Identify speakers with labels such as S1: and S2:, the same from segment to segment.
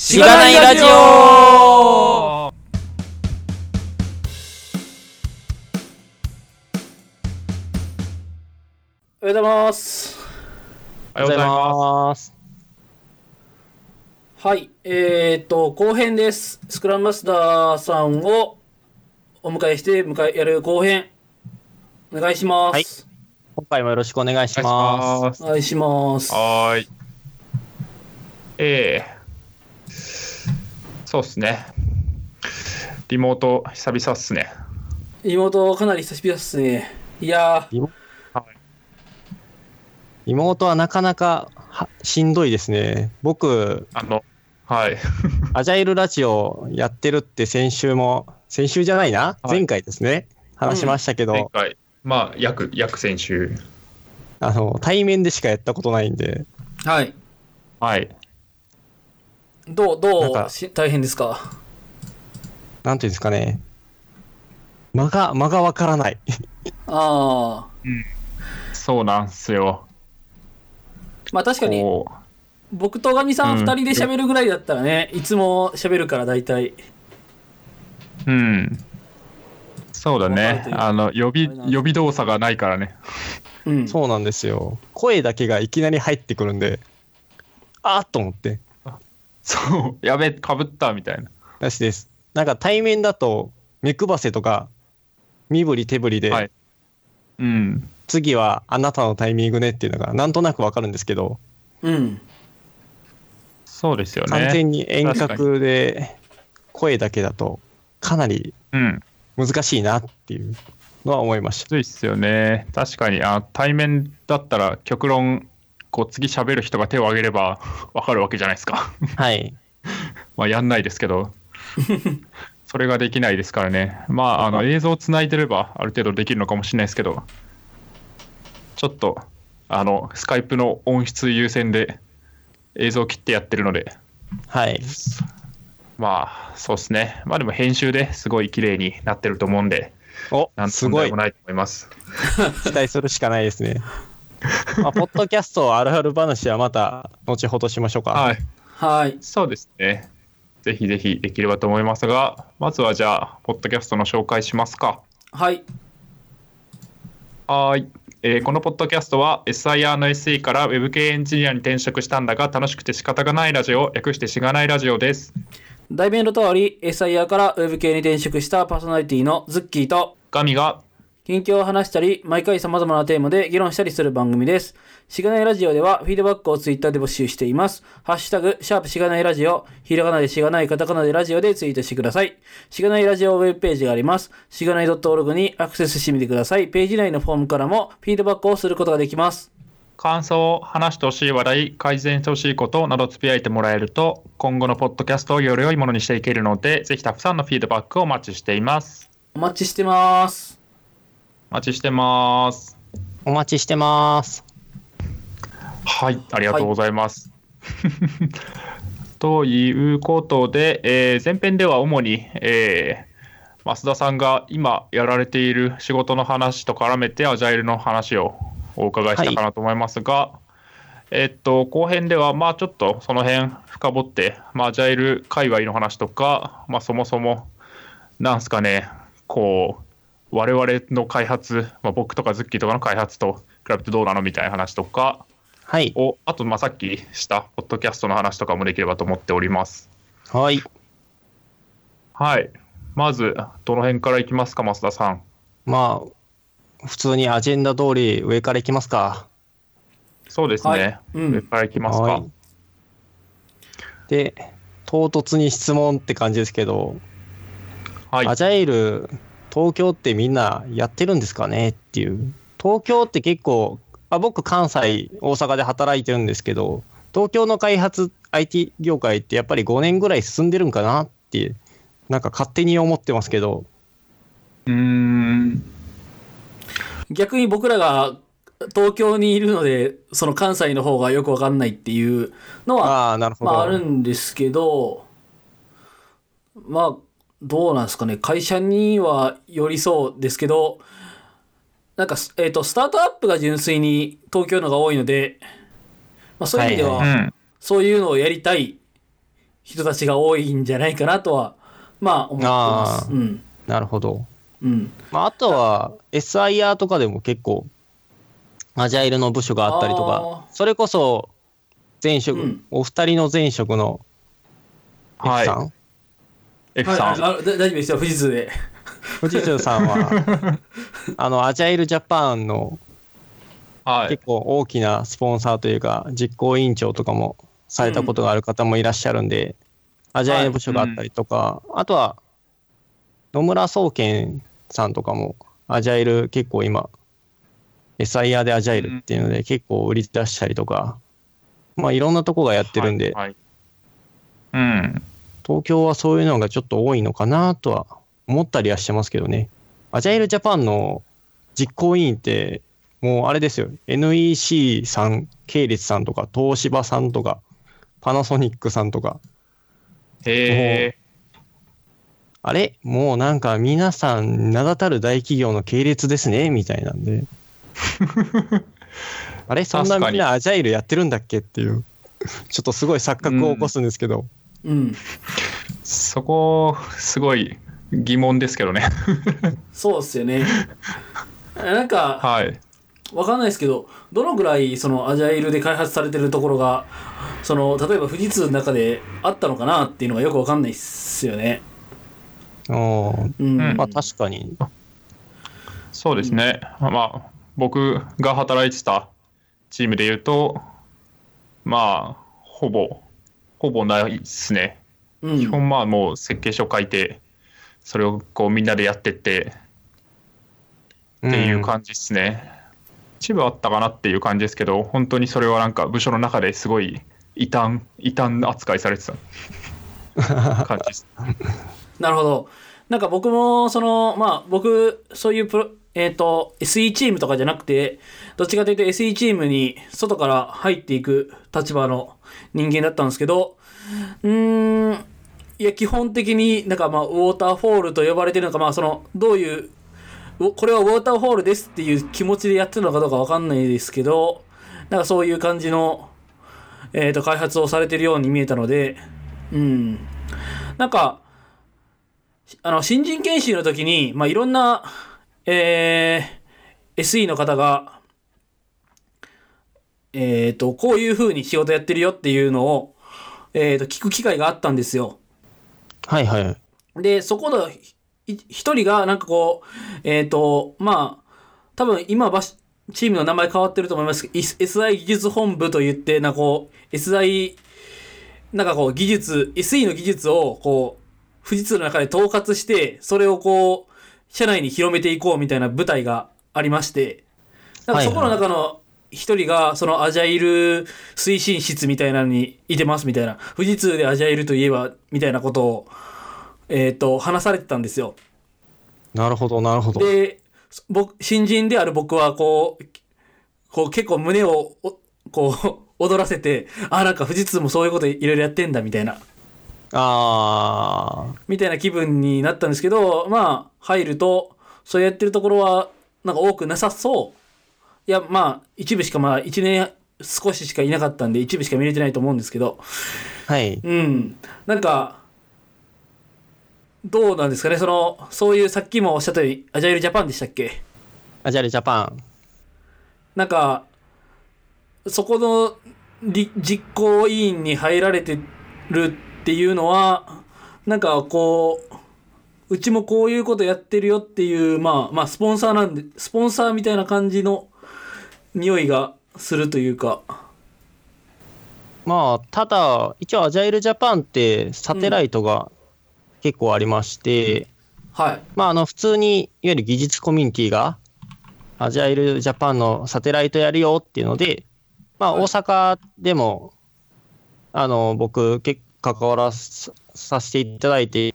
S1: しがないラジオ
S2: おはようございます。
S1: おはようございます。
S2: はい、えー、と、後編です。スクラムマスターさんをお迎えして迎えやる後編。お願いします。
S1: 今回もよろしくお願いします。
S2: お願いします。
S3: はーい。えー、そうっすね。リモート久々っすね。
S2: 妹かなり久しぶりですね。いや
S1: 妹はなかなかはしんどいですね。僕、
S3: あの、はい。
S1: アジャイルラジオやってるって先週も、先週じゃないな、
S3: はい
S1: 前回ですね。話しましたけど、
S3: 前回、まあ、約、約先週。
S1: あの、対面でしかやったことないんで、
S2: ー、はい。
S3: はい。
S2: どう、
S1: な
S2: ど
S1: んか
S2: うし、大変ですか
S1: なんていうんですかね。間が、間がわからない。
S2: ああ。
S3: そうなんすよ。
S2: まあ確かに、
S3: こ
S2: 僕とガミさん
S3: うん
S2: 二人で喋るぐらいだったらね、いつも喋るから大体。
S3: う、うん。そうだ
S2: わかる
S3: ね
S2: と。いう
S3: あの、予備
S2: あれなん、だ
S3: 予備動作がないからね。
S2: うん。
S1: そうなんですよ。声だけがいきなり入ってくるんで、あーっと思って。
S3: そう。やべ、かぶったみたいな。
S1: なしです。なんか対面だと目配せとか身振り手振りで、
S3: はいうん。
S1: 次はあなたのタイミングねっていうのがなんとなくわかるんですけど、
S2: うん。
S3: そうですよね。
S1: 完全に遠隔で声だけだとかなり
S3: うん。
S1: 難しいなっていうのは思いまし
S3: きついっすよね確かにあ対面だったら極論こう次喋る人が手を挙げればわかるわけじゃないですか
S1: た。はい。
S3: まあやんないですけどそれができないですからねまああの映像つないでればある程度できるのかもしれないですけどちょっとあのスカイプの音質優先で映像を切ってやってるので
S1: はい。
S3: まあそうですねまあでも編集ですごい綺麗になってると思うんで
S1: お
S3: なん
S1: す
S3: と
S1: ご
S3: で
S1: い
S3: も。ないと思います
S1: 期待するしかないですね。 まあ、ポッドキャストあるある話はまた後ほどしましょうか。
S3: はい
S2: はい。
S3: そうですね。ぜひぜひできればと思いますが、まずはじゃあ、ポッドキャストの紹介しますか。
S2: はい。
S3: はーい。えーこのポッドキャストは SIR の SE から Web 系エンジニアに転職したんだが楽しくて仕方がないラジオ、略してしがないラジオです。
S2: 題名の通り、SIR からウェブ系に転職したパーソナリティのズッキーと、
S3: ガミが、
S2: 近況を話したり、毎回様々なテーマで議論したりする番組です。しがないラジオでは、フィードバックをツイッターで募集しています。ハッシュタグ、シャープしがないラジオ、ひらがなでしがない、カタカナでラジオでツイートしてください。しがないラジオウェブページがあります。しがない .org にアクセスしてみてください。ページ内のフォームからも、フィードバックをすることができます。
S3: 感想、話してほしい話題、改善してほしいことなどつぶやいてもらえると、今後のポッドキャストをより良いものにしていけるので、ぜひたくさんのフィードバックをお待ちしています。
S2: お待ちしてます。
S3: お待ちしてます。
S1: お待ちしてます。
S3: はい、ありがとうございます。 ということで、えー前編では主に、えー増田さんが今やられている仕事の話と絡めて、アジャイルの話をお伺いしたかなと思いますが、えっと、後編では、まあちょっとその辺深掘って、まあ、アジャイル界隈の話とか、まあそもそも、なんすかね、こう、我々の開発、まあ、僕とかズッキーとかの開発と比べてどうなのみたいな話とか、
S1: はい。
S3: をあとまあさっきしたポッドキャストの話とかもできればと思っております
S1: はい。
S3: はいまずどの辺からいきますか増田さん
S1: まあ、普通にアジェンダ通り上から行きますか。
S3: そうですね、
S2: はいうん
S3: 上からいきますか
S1: はいで、唐突に質問って感じですけど、
S3: はい、
S1: アジャイル、東京ってみんなやってるんですかねっていう。東京って結構、あ僕、関西、大阪で働いてるんですけど、東京の開発、IT 業界ってやっぱり5年ぐらい進んでるんかなって、なんか勝手に思ってますけど、
S3: うーん
S2: 逆に僕らが、東京にいるので、その関西の方がよくわかんないっていうのは、
S1: ああー、なるほ
S2: ま
S1: ど。
S2: ああるんですけど、まあどうなんですかね、会社には寄りそうですけど、なんかす、えっ、と、スタートアップが純粋に東京のが多いので、まあそういう意味では、
S1: はい
S3: うん
S2: そういうのをやりたい人たちが多いんじゃないかなとは、まあ思ってます。
S1: あー
S2: うん。
S1: なるほど。
S2: うん。
S1: まあ、あとは SIR とかでも結構アジャイルの部署があったりとかそれこそ前職、
S2: うん
S1: お二人の前職の F さん、
S3: は F さ
S2: はい
S3: ん。
S2: ああだ大丈夫ですよ、富士通で。
S1: 藤田さんはあのアジャイルジャパンの
S3: はい。
S1: 結構大きなスポンサーというか実行委員長とかもされたことがある方もいらっしゃるんで、アジャイル部署があったりとか、あとは野村総研さんとかもアジャイル結構今 SIR でアジャイルっていうので結構売り出したりとか、まあいろんなとこがやってるんで、
S3: はい。はいうん。
S1: 東京はそういうのがちょっと多いのかなとは思ったりはしてますけどね。アジャイルジャパンの実行委員って、もうあれですよ、NEC さん、系列さんとか、東芝さんとか、パナソニックさんとか、
S3: へえ。
S1: あれもうなんか皆さん名だたる大企業の系列ですねみたいなん で。あれそんな
S3: 確か
S1: み
S3: に
S1: んなアジャイルやってるんだっけっていう、ちょっとすごい錯覚を起こすんですけど、
S2: うん。
S3: そこ、すごい疑問ですけどね。
S2: そうっすよね。なんか、
S3: はい。
S2: わかんないですけど、どのぐらい、その、アジャイルで開発されてるところが、その、例えば富士通の中であったのかなっていうのがよくわかんないっすよね。
S1: うん
S2: うん。
S3: うん
S1: まあ確かに
S3: そうですね。まあ、僕が働いてたチームで言うと、まあ、ほぼ、ほぼないですね。
S2: うん
S3: 基本、まあ、もう設計書書いて、それをこうみんなでやってって
S1: っ
S3: っていう感じですね。一部あったかなっていう感じですけど、本当にそれはなんか部署の中ですごい異端、異端扱いされてた感じです。
S2: なるほど。なんか僕も、その、まあ僕、そういうプロ、えっ、と、SE チームとかじゃなくて、どっちかというと SE チームに外から入っていく立場の人間だったんですけど、うーん、いや、基本的になんかまあ、ウォーターフォールと呼ばれてるのか、まあその、どういう、おこれはウォーターフォールですっていう気持ちでやってるのかどうかわかんないですけど、なんかそういう感じの、えっ、と、開発をされてるように見えたので、うん。なんか、あの、新人研修の時に、まあ、いろんな、えー SE の方が、えっ、と、こういう風に仕事やってるよっていうのを、えっ、と、聞く機会があったんですよ。
S1: はいはい。
S2: で、そこのひい一人が、なんかこう、えっ、と、まあ、多分今ばし、チームの名前変わってると思いますけど、い SI 技術本部と言って、なんかこう、SI、なんかこう、技術、SE の技術を、こう、富士通の中で統括して、それをこう、社内に広めていこうみたいな舞台がありまして、なんかそこの中の一人が、そのアジャイル推進室みたいなのにいてますみたいな、富士通でアジャイルといえば、みたいなことを、えっ、と、話されてたんですよ。
S1: なるほど、なるほど。
S2: で、そ僕、新人である僕は、こう、こう結構胸を、おこう、 踊らせて、あ、なんか富士通もそういうこといろいろやってんだ、みたいな、
S1: あ
S2: みたいな気分になったんですけど、まあ、入ると、そうやってるところは、なんか多くなさそう。いや、まあ、一部しか、まあ、一年少ししかいなかったんで、一部しか見れてないと思うんですけど、
S1: あ、はい。
S2: うん。なんか、どうなんですかね、その、そういうさっきもおっしゃったように、アジャイルジャパンでしたっけ
S1: アジャイルジャパン。
S2: なんか、そこのり実行委員に入られてるっていうのは、なんかこう、うちもこういうことやってるよっていう、まあ、まあ、スポンサーなんで、スポンサーみたいな感じの匂いがするというか、
S1: まあ、ただ、一応アジャイルジャパンってサテライトが結構ありまして、
S2: はい。
S1: まあ、あの、普通に、いわゆる技術コミュニティが、アジャイルジャパンのサテライトやるよっていうので、まあ、
S2: はい
S1: 大阪でも、あの、僕、結構関わらささせていただいて、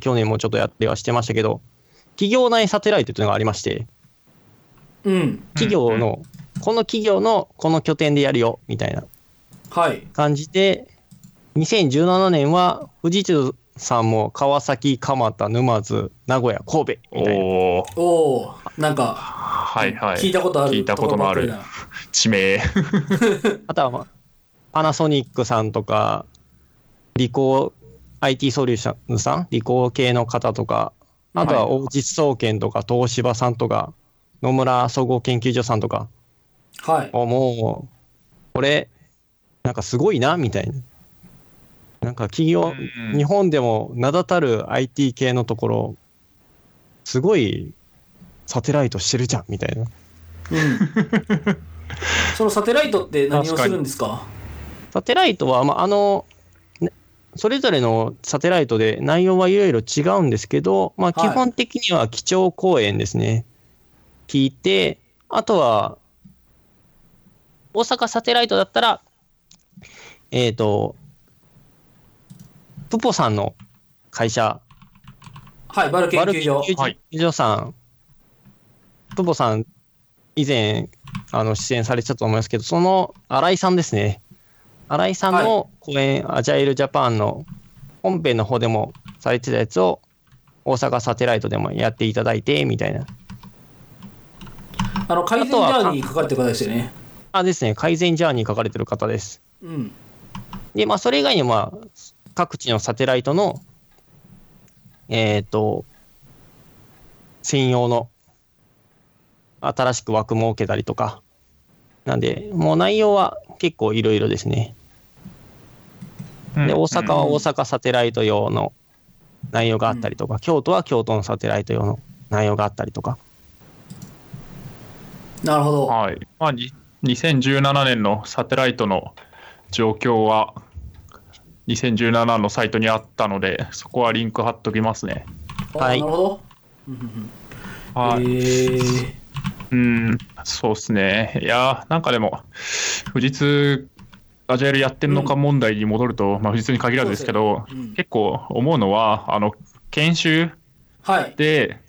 S1: 去年もちょっとやってはしてましたけど、企業内サテライトというのがありまして、
S2: うん。
S1: 企業の、この企業のこの拠点でやるよ、みたいな
S2: はい。
S1: 感じで、2017年は富士通さんも川崎、蒲田、沼津、名古屋、神戸みたいな。
S3: おおー
S2: おおなんか、
S3: はいはい。
S2: 聞いたことある
S3: 聞いたことのあ
S2: ころ
S3: る
S2: ばっか
S3: 地名。
S1: あとは、まあ、パナソニックさんとか、理工 IT ソリューションさん、理工系の方とか、あとは
S3: はい
S1: 大実総研とか東芝さんとか、野村総合研究所さんとか、
S2: はい。
S1: あもう、これ、なんかすごいな、みたいな。なんか企業、
S3: うん
S1: 日本でも名だたる IT 系のところ、すごいサテライトしてるじゃん、みたいな。
S2: うん。そのサテライトって何を
S3: 確か
S2: す
S3: に
S2: るんですか
S1: サテライトは、まあ、あの、ねそれぞれのサテライトで内容はいろいろ違うんですけど、まあ、
S2: はい
S1: 基本的には基調講演ですね。聞いて、あとは、大阪サテライトだったら、えっ、と、プポさんの会社、
S2: はい、バル研
S1: バル
S2: 究所。
S1: 研究所さん、プポさん、以前、あの、出演されてたと思いますけど、その、新井さんですね。新井さんの講演、アジャイルジャパンの本編の方でもされてたやつを、大阪サテライトでもやっていただいて、みたいな。
S2: あの、改善ジャーニーかかってる方ですよね。
S1: あ、ですね、改善ジャーニー書かれてる方です。
S2: うん。
S1: で、まあ、それ以外にも、まあ、各地のサテライトの、えっ、と、専用の、新しく枠設けたりとか。なんで、もう内容は結構いろいろですね。
S3: うん
S1: で、大阪は
S3: うん
S1: 大阪サテライト用の内容があったりとか、京都は京都のサテライト用の内容があったりとか。
S2: なるほど。
S3: はい。まあ、に2017年のサテライトの状況は、2017のサイトにあったので、そこはリンク貼っときますね。
S2: あ
S1: はい
S2: なるほど。
S3: はい。
S2: えー
S3: うん、そうですね。いやー、なんかでも、富士通、アジャイルやってんのか問題に戻ると、まあ、富士通に限らずですけ
S2: そ
S3: ど、
S2: うですねうん
S3: 結構思うのは、あの研修
S2: はい。
S3: で、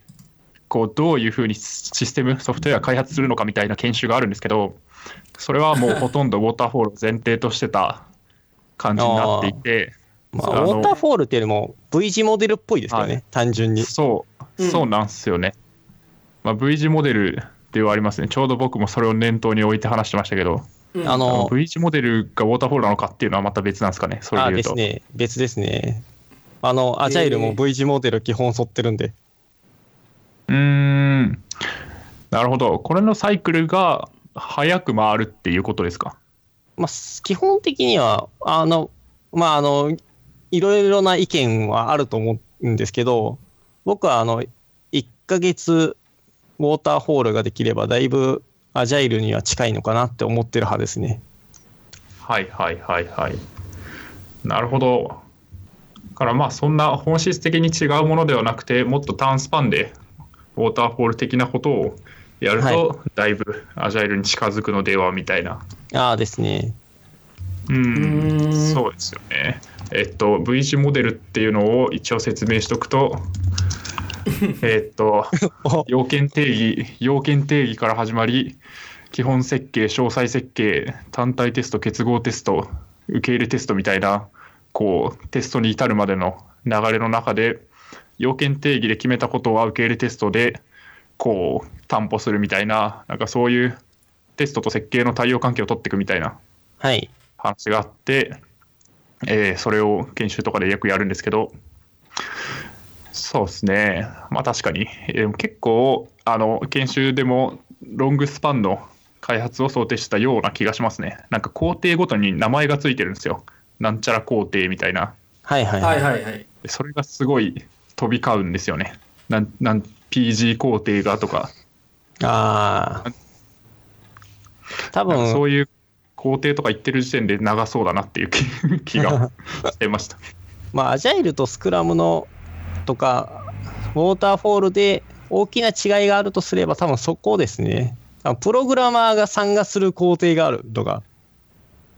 S3: こうどういうふうにシステム、ソフトウェア開発するのかみたいな研修があるんですけど、そ れはもうほとんどウォーターフォールを前提としてた感じになっていて。
S1: ま
S3: そう
S1: あ、
S3: あ
S1: ウ
S3: の
S1: ォーターフォールっていうよりも V 字モデルっぽいですよね、
S3: はい
S1: 単純に。
S3: そう、
S2: うん
S3: そうなんすよね。まあ、V 字モデルではありますね。ちょうど僕もそれを念頭に置いて話してましたけど、
S2: うん
S1: あ
S3: あの
S1: の、
S3: V 字モデルがウォーターフォールなのかっていうのはまた別なんですかね、それ
S1: あで
S3: で言う
S1: す
S3: と。
S1: ね、別ですね。あの、アジャイルも V 字モデル基本沿ってるんで、
S3: うーん、なるほど。これのサイクルが早く回るっていうことですか。
S1: まあ、す基本的には、あの、まあ、あの、いろいろな意見はあると思うんですけど、僕は、あの、1ヶ月ウォーターホールができれば、だいぶアジャイルには近いのかなって思ってる派ですね。
S3: はいはいはいはい。なるほど。だからまあそんな本質的に違うものではなくてもっとターンスパンでウォーターフォール的なことをやると、
S1: は
S3: だいぶアジャイルに近づくのではみたいな。
S1: ああですね。
S3: う
S2: うーん
S3: んそうですよね。えっと V 字モデルっていうのを一応説明しとく とえっと
S1: お
S3: 要件定義要件定義から始まり基本設計詳細設計単体テスト結合テスト受け入れテストみたいなこうテストに至るまでの流れの中で要件定義で決めたことは受け入れテストでこう担保するみたいななんかそういうテストと設計の対応関係を取っていくみたいな
S1: はい。
S3: 話があって、えーそれを研修とかでよくやるんですけどそうですねまあ確かに、えー結構あの研修でもロングスパンの開発を想定したような気がしますねなんか工程ごとに名前がついてるんですよなんちゃら工程みたいな
S1: はいはい。
S2: はいはいはい。
S3: でそれがすごい飛び交うんですよねなんなん PG 工程がとか
S1: ああ。多
S3: なんかそ
S1: 分、
S3: ういう工程とか言ってる時点で長そうだなっていう気 気がしてました
S1: まあ、アジャイルとスクラムのとか、ウォーターフォールで大きな違いがあるとすれば、多分そこですね。多分プログラマーが参加する工程があるとか、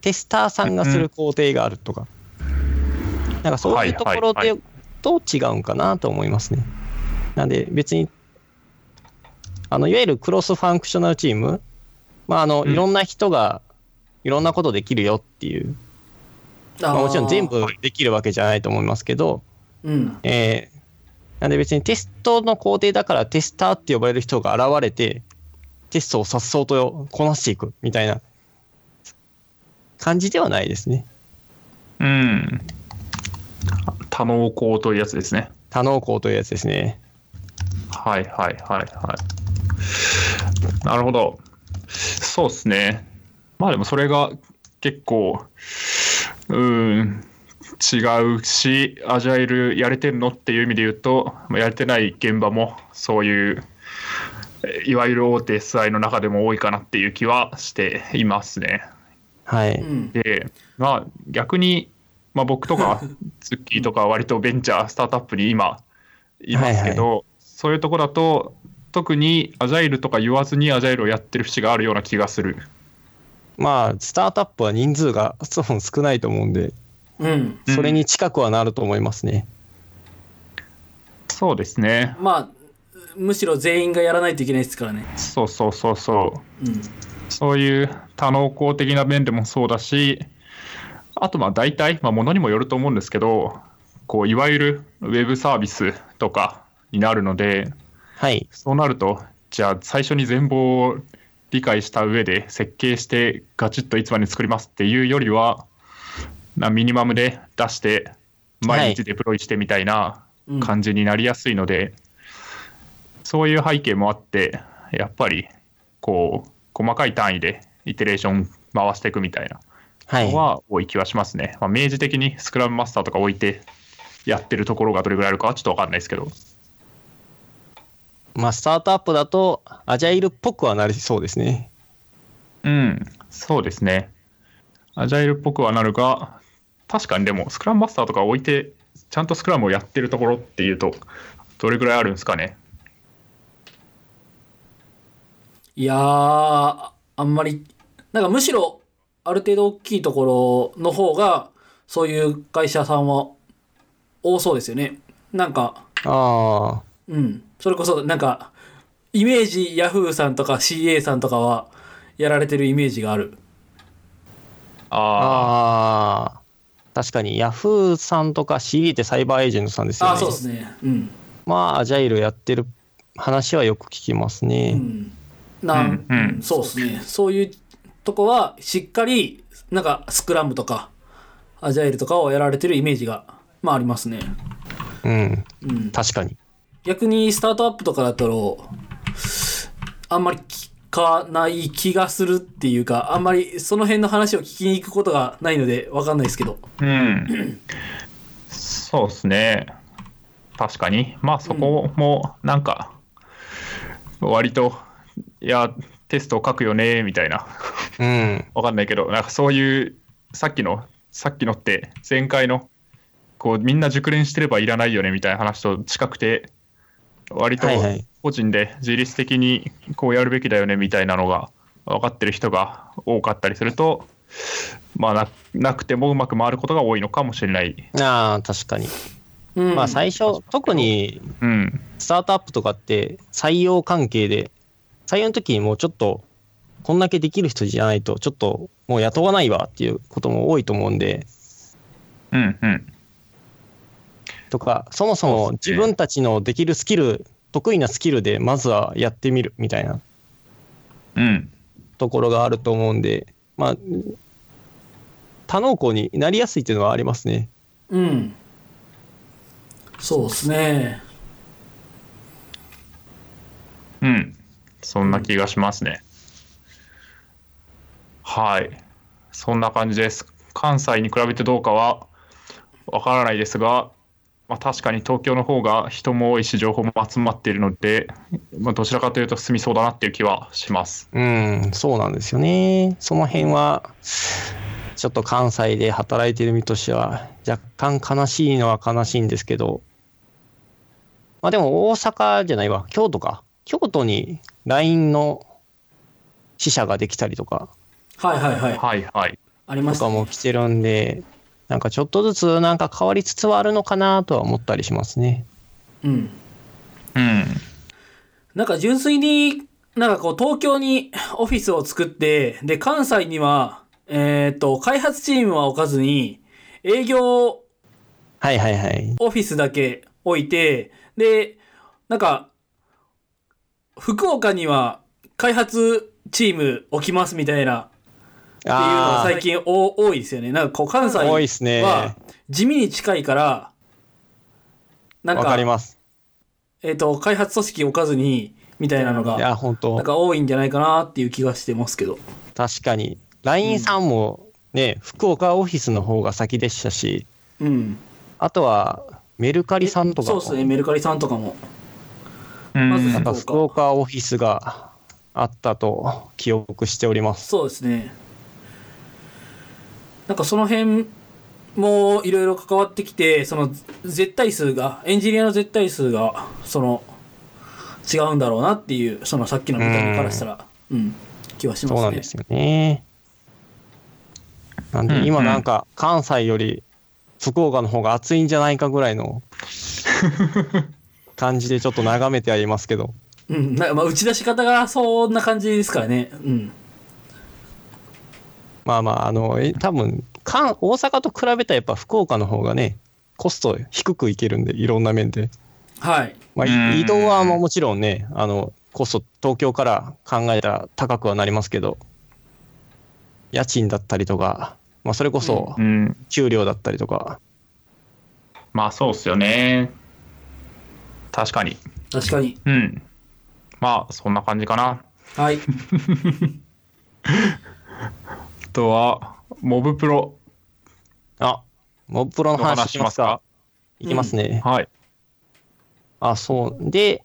S1: テスターさんがする工程があるとか、なんかそういうところ
S3: はいはい
S1: でと違うんかなと思いますね。なんで別に、あのいわゆるクロスファンクショナルチーム、まあ、あの
S3: うん
S1: いろんな人がいろんなことできるよっていう、
S2: あ
S1: まあ、
S2: ー
S1: もちろん全。部できるわけじゃないと思いますけど、
S2: うん。
S1: えーなんで別にテストの工程だからテスターって呼ばれる人が現れて、テストを颯爽とこなしていくみたいな感じではないですね。
S3: うん。多能工というやつですね。
S1: 多能工というやつですね。
S3: はいはいはいはい。なるほど。そうですね。まあでもそれが結構、うーん、違うし、アジャイルやれてるのっていう意味で言うと、まあやれてない現場もそういう、えいわゆる大手 SI の中でも多いかなっていう気はしていますね。
S1: は
S2: う
S1: い。
S2: ん。
S3: で、まあ逆に、まあ、僕と かツッキーとか割とベンチャースタートアップに今いますけど、そういうとこだと特にアジャイルとか言わずにアジャイルをやってる節があるような気がする。
S1: まあ、スタートアップは人数がそも少ないと思うんで、
S2: うん。
S1: それに近くはなると思いますね。
S3: そうですね。
S2: まあ、むしろ全員がやらないといけないですからね。
S3: そうそうそうそう。
S2: うん。
S3: そういう多能工的な面でもそうだし、あとまあ大体、まあ、ものにもよると思うんですけど、こういわゆるウェブサービスとかになるので、
S1: はい。
S3: そうなると、じゃあ最初に全貌を理解した上で設計してガチッといつまでに作りますっていうよりは、なミニマムで出して毎日デプロイしてみたいな
S2: うん
S3: 感じになりやすいので、そういう背景もあって、やっぱりこう細かい単位でイテレーション回していくみたいな
S1: は
S3: の
S1: い。
S3: は多い気はしますね。まあ、明示的にスクラムマスターとか置いてやってるところがどれぐらいあるかはちょっとわかんないですけど。
S1: まあ、スタートアップだと、アジャイルっぽくはなりそうですね。
S3: うん、そうですね。アジャイルっぽくはなるが、確かにでも、スクラムマスターとか置いて、ちゃんとスクラムをやってるところっていうと、どれぐらいあるんですかね。
S2: いやー、ああんまり、なんかむしろ、ある程度大きいところの方が、そういう会社さんは多そうですよね。なんか、
S1: ああ、
S2: うん。それこそ、なんか、イメージ、ヤフーさんとか CA さんとかは、やられてるイメージがある。
S3: あ
S1: ああ、確かに Yahoo さんとか CE ってサイバーエージェントさんですよ
S2: あ
S1: ね。
S2: あ、そうですね。うん。
S1: まあ、アジャイルやってる話はよく聞きますね。
S2: うん。な
S3: うんうん
S2: うんそうですね。そういうとこは、しっかり、なんか、スクラムとか、アジャイルとかをやられてるイメージが、まあありますね。
S1: うん、
S2: うん。
S1: 確かに。
S2: 逆にスタートアップとかだとあんまり聞かない気がするっていうかあんまりその辺の話を聞きに行くことがないのでわかんないですけど
S3: あ、うん。そうですね。確かに。まあ、そこも、なんか、割と、いや、テストを書くよね、みたいな
S1: うん、
S3: わかんないけど、なんかそういう、さっきの、さっきのって、前回の、こう、みんな熟練してればいらないよねみたいな話と近くて、割と
S1: はいはい
S3: 個人で自律的にこうやるべきだよねみたいなのが分かってる人が多かったりすると、まあな、なくてもうまく回ることが多いのかもしれない。
S1: ああ、確かに。
S2: うん
S1: まあ、最初、特に
S3: うん。
S1: スタートアップとかって採用関係で、採用の時にもうちょっと、こんだけできる人じゃないと、ちょっともう雇わないわっていうことも多いと思うんで、
S3: うんうん。
S1: とか、そもそも
S3: そうです
S1: 自
S3: ね
S1: 分たちのできるスキル、得意なスキルでまずはやってみるみたいな
S3: うん。
S1: ところがあると思うんで、まあ、多能工になりやすいっていうのはありますね。
S2: うんそうですね
S3: うん。そんな気がしますね。はい。そんな感じです。関西に比べてどうかはわからないですが、まあ、確かに東京の方が人も多いし、情報も集まっているので、まあ、どちらかというと進みそうだなっていう気はします。
S1: うん、そうなんですよね。その辺は、ちょっと関西で働いてる身としては、若干悲しいのは悲しいんですけど、まあでも大阪じゃないわ、京都か。京都に LINE の支社ができたりとか、
S2: はいはいはい
S3: はいはい。
S2: ありま
S1: と
S2: す
S1: かも来てるんで、なんかちょっとずつなんか変わりつつはあるのかなとは思ったりしますね。
S2: うん
S3: うん。
S2: なんか純粋になんかこう東京に オフィスを作ってで関西にはえっ、と開発チームは置かずに営業
S1: はいはいはい。
S2: オフィスだけ置いて、で、なんか、福岡には開発チーム置きますみたいなっていうのが
S1: あ
S2: 最近お多いですよね。なんかこう関西
S1: あ、多いですね。
S2: は地味に近いから、なん
S1: わかり
S2: か、
S1: ます。
S2: えっ、と、開発組織置かずに、みたいなの
S1: い
S2: が、
S1: や、本
S2: なん
S1: 当
S2: か多いんじゃないかなっていう気がしてますけど。
S1: 確かに。LINE さんもね、福岡オフィスの方が先でしたし、
S2: うん。
S1: あとはメルカリさんとか
S2: そう
S1: も
S2: ですね、メルカリさんとかも。
S3: うん
S2: まず
S1: なんか福岡オフィスがあったと記憶しております。
S2: そうですね。なんかその辺もいろいろ関わってきて、その絶対数が、エンジニアの絶対数が、その、違うんだろうなっていう、そのさっきの見た目からしたら、うん、気はしますね。
S1: そうなんですよね。なん
S3: うん
S1: で今なんか関西より福岡の方が暑いんじゃないかぐらいの感じでちょっと眺めてはいますけど。
S2: うん、なんかまあ打ち出し方がそんな感じですからね。うん。
S1: まあまあ、あの、え多分関大阪と比べたらやっぱ福岡の方がね、コスト低くいけるんで、いろんな面で。
S2: はい。
S1: まあ
S3: うん
S1: い、移動はもちろんね、あの、コスト、東京から考えたら高くはなりますけど、家賃だったりとか、まあ、それこそ
S3: うん、
S1: 給料だったりとか、
S3: まあそうっすよね。確かに。
S2: 確かに。
S3: うん。まあそんな感じかな。
S2: はい。
S3: あとは、モブプロ
S1: あモブプロ
S3: の
S1: の話
S3: 話
S1: し
S3: し
S1: ま
S3: ますす
S1: か
S3: か。。
S1: いきますね。
S3: はい。
S1: あ、そう。で、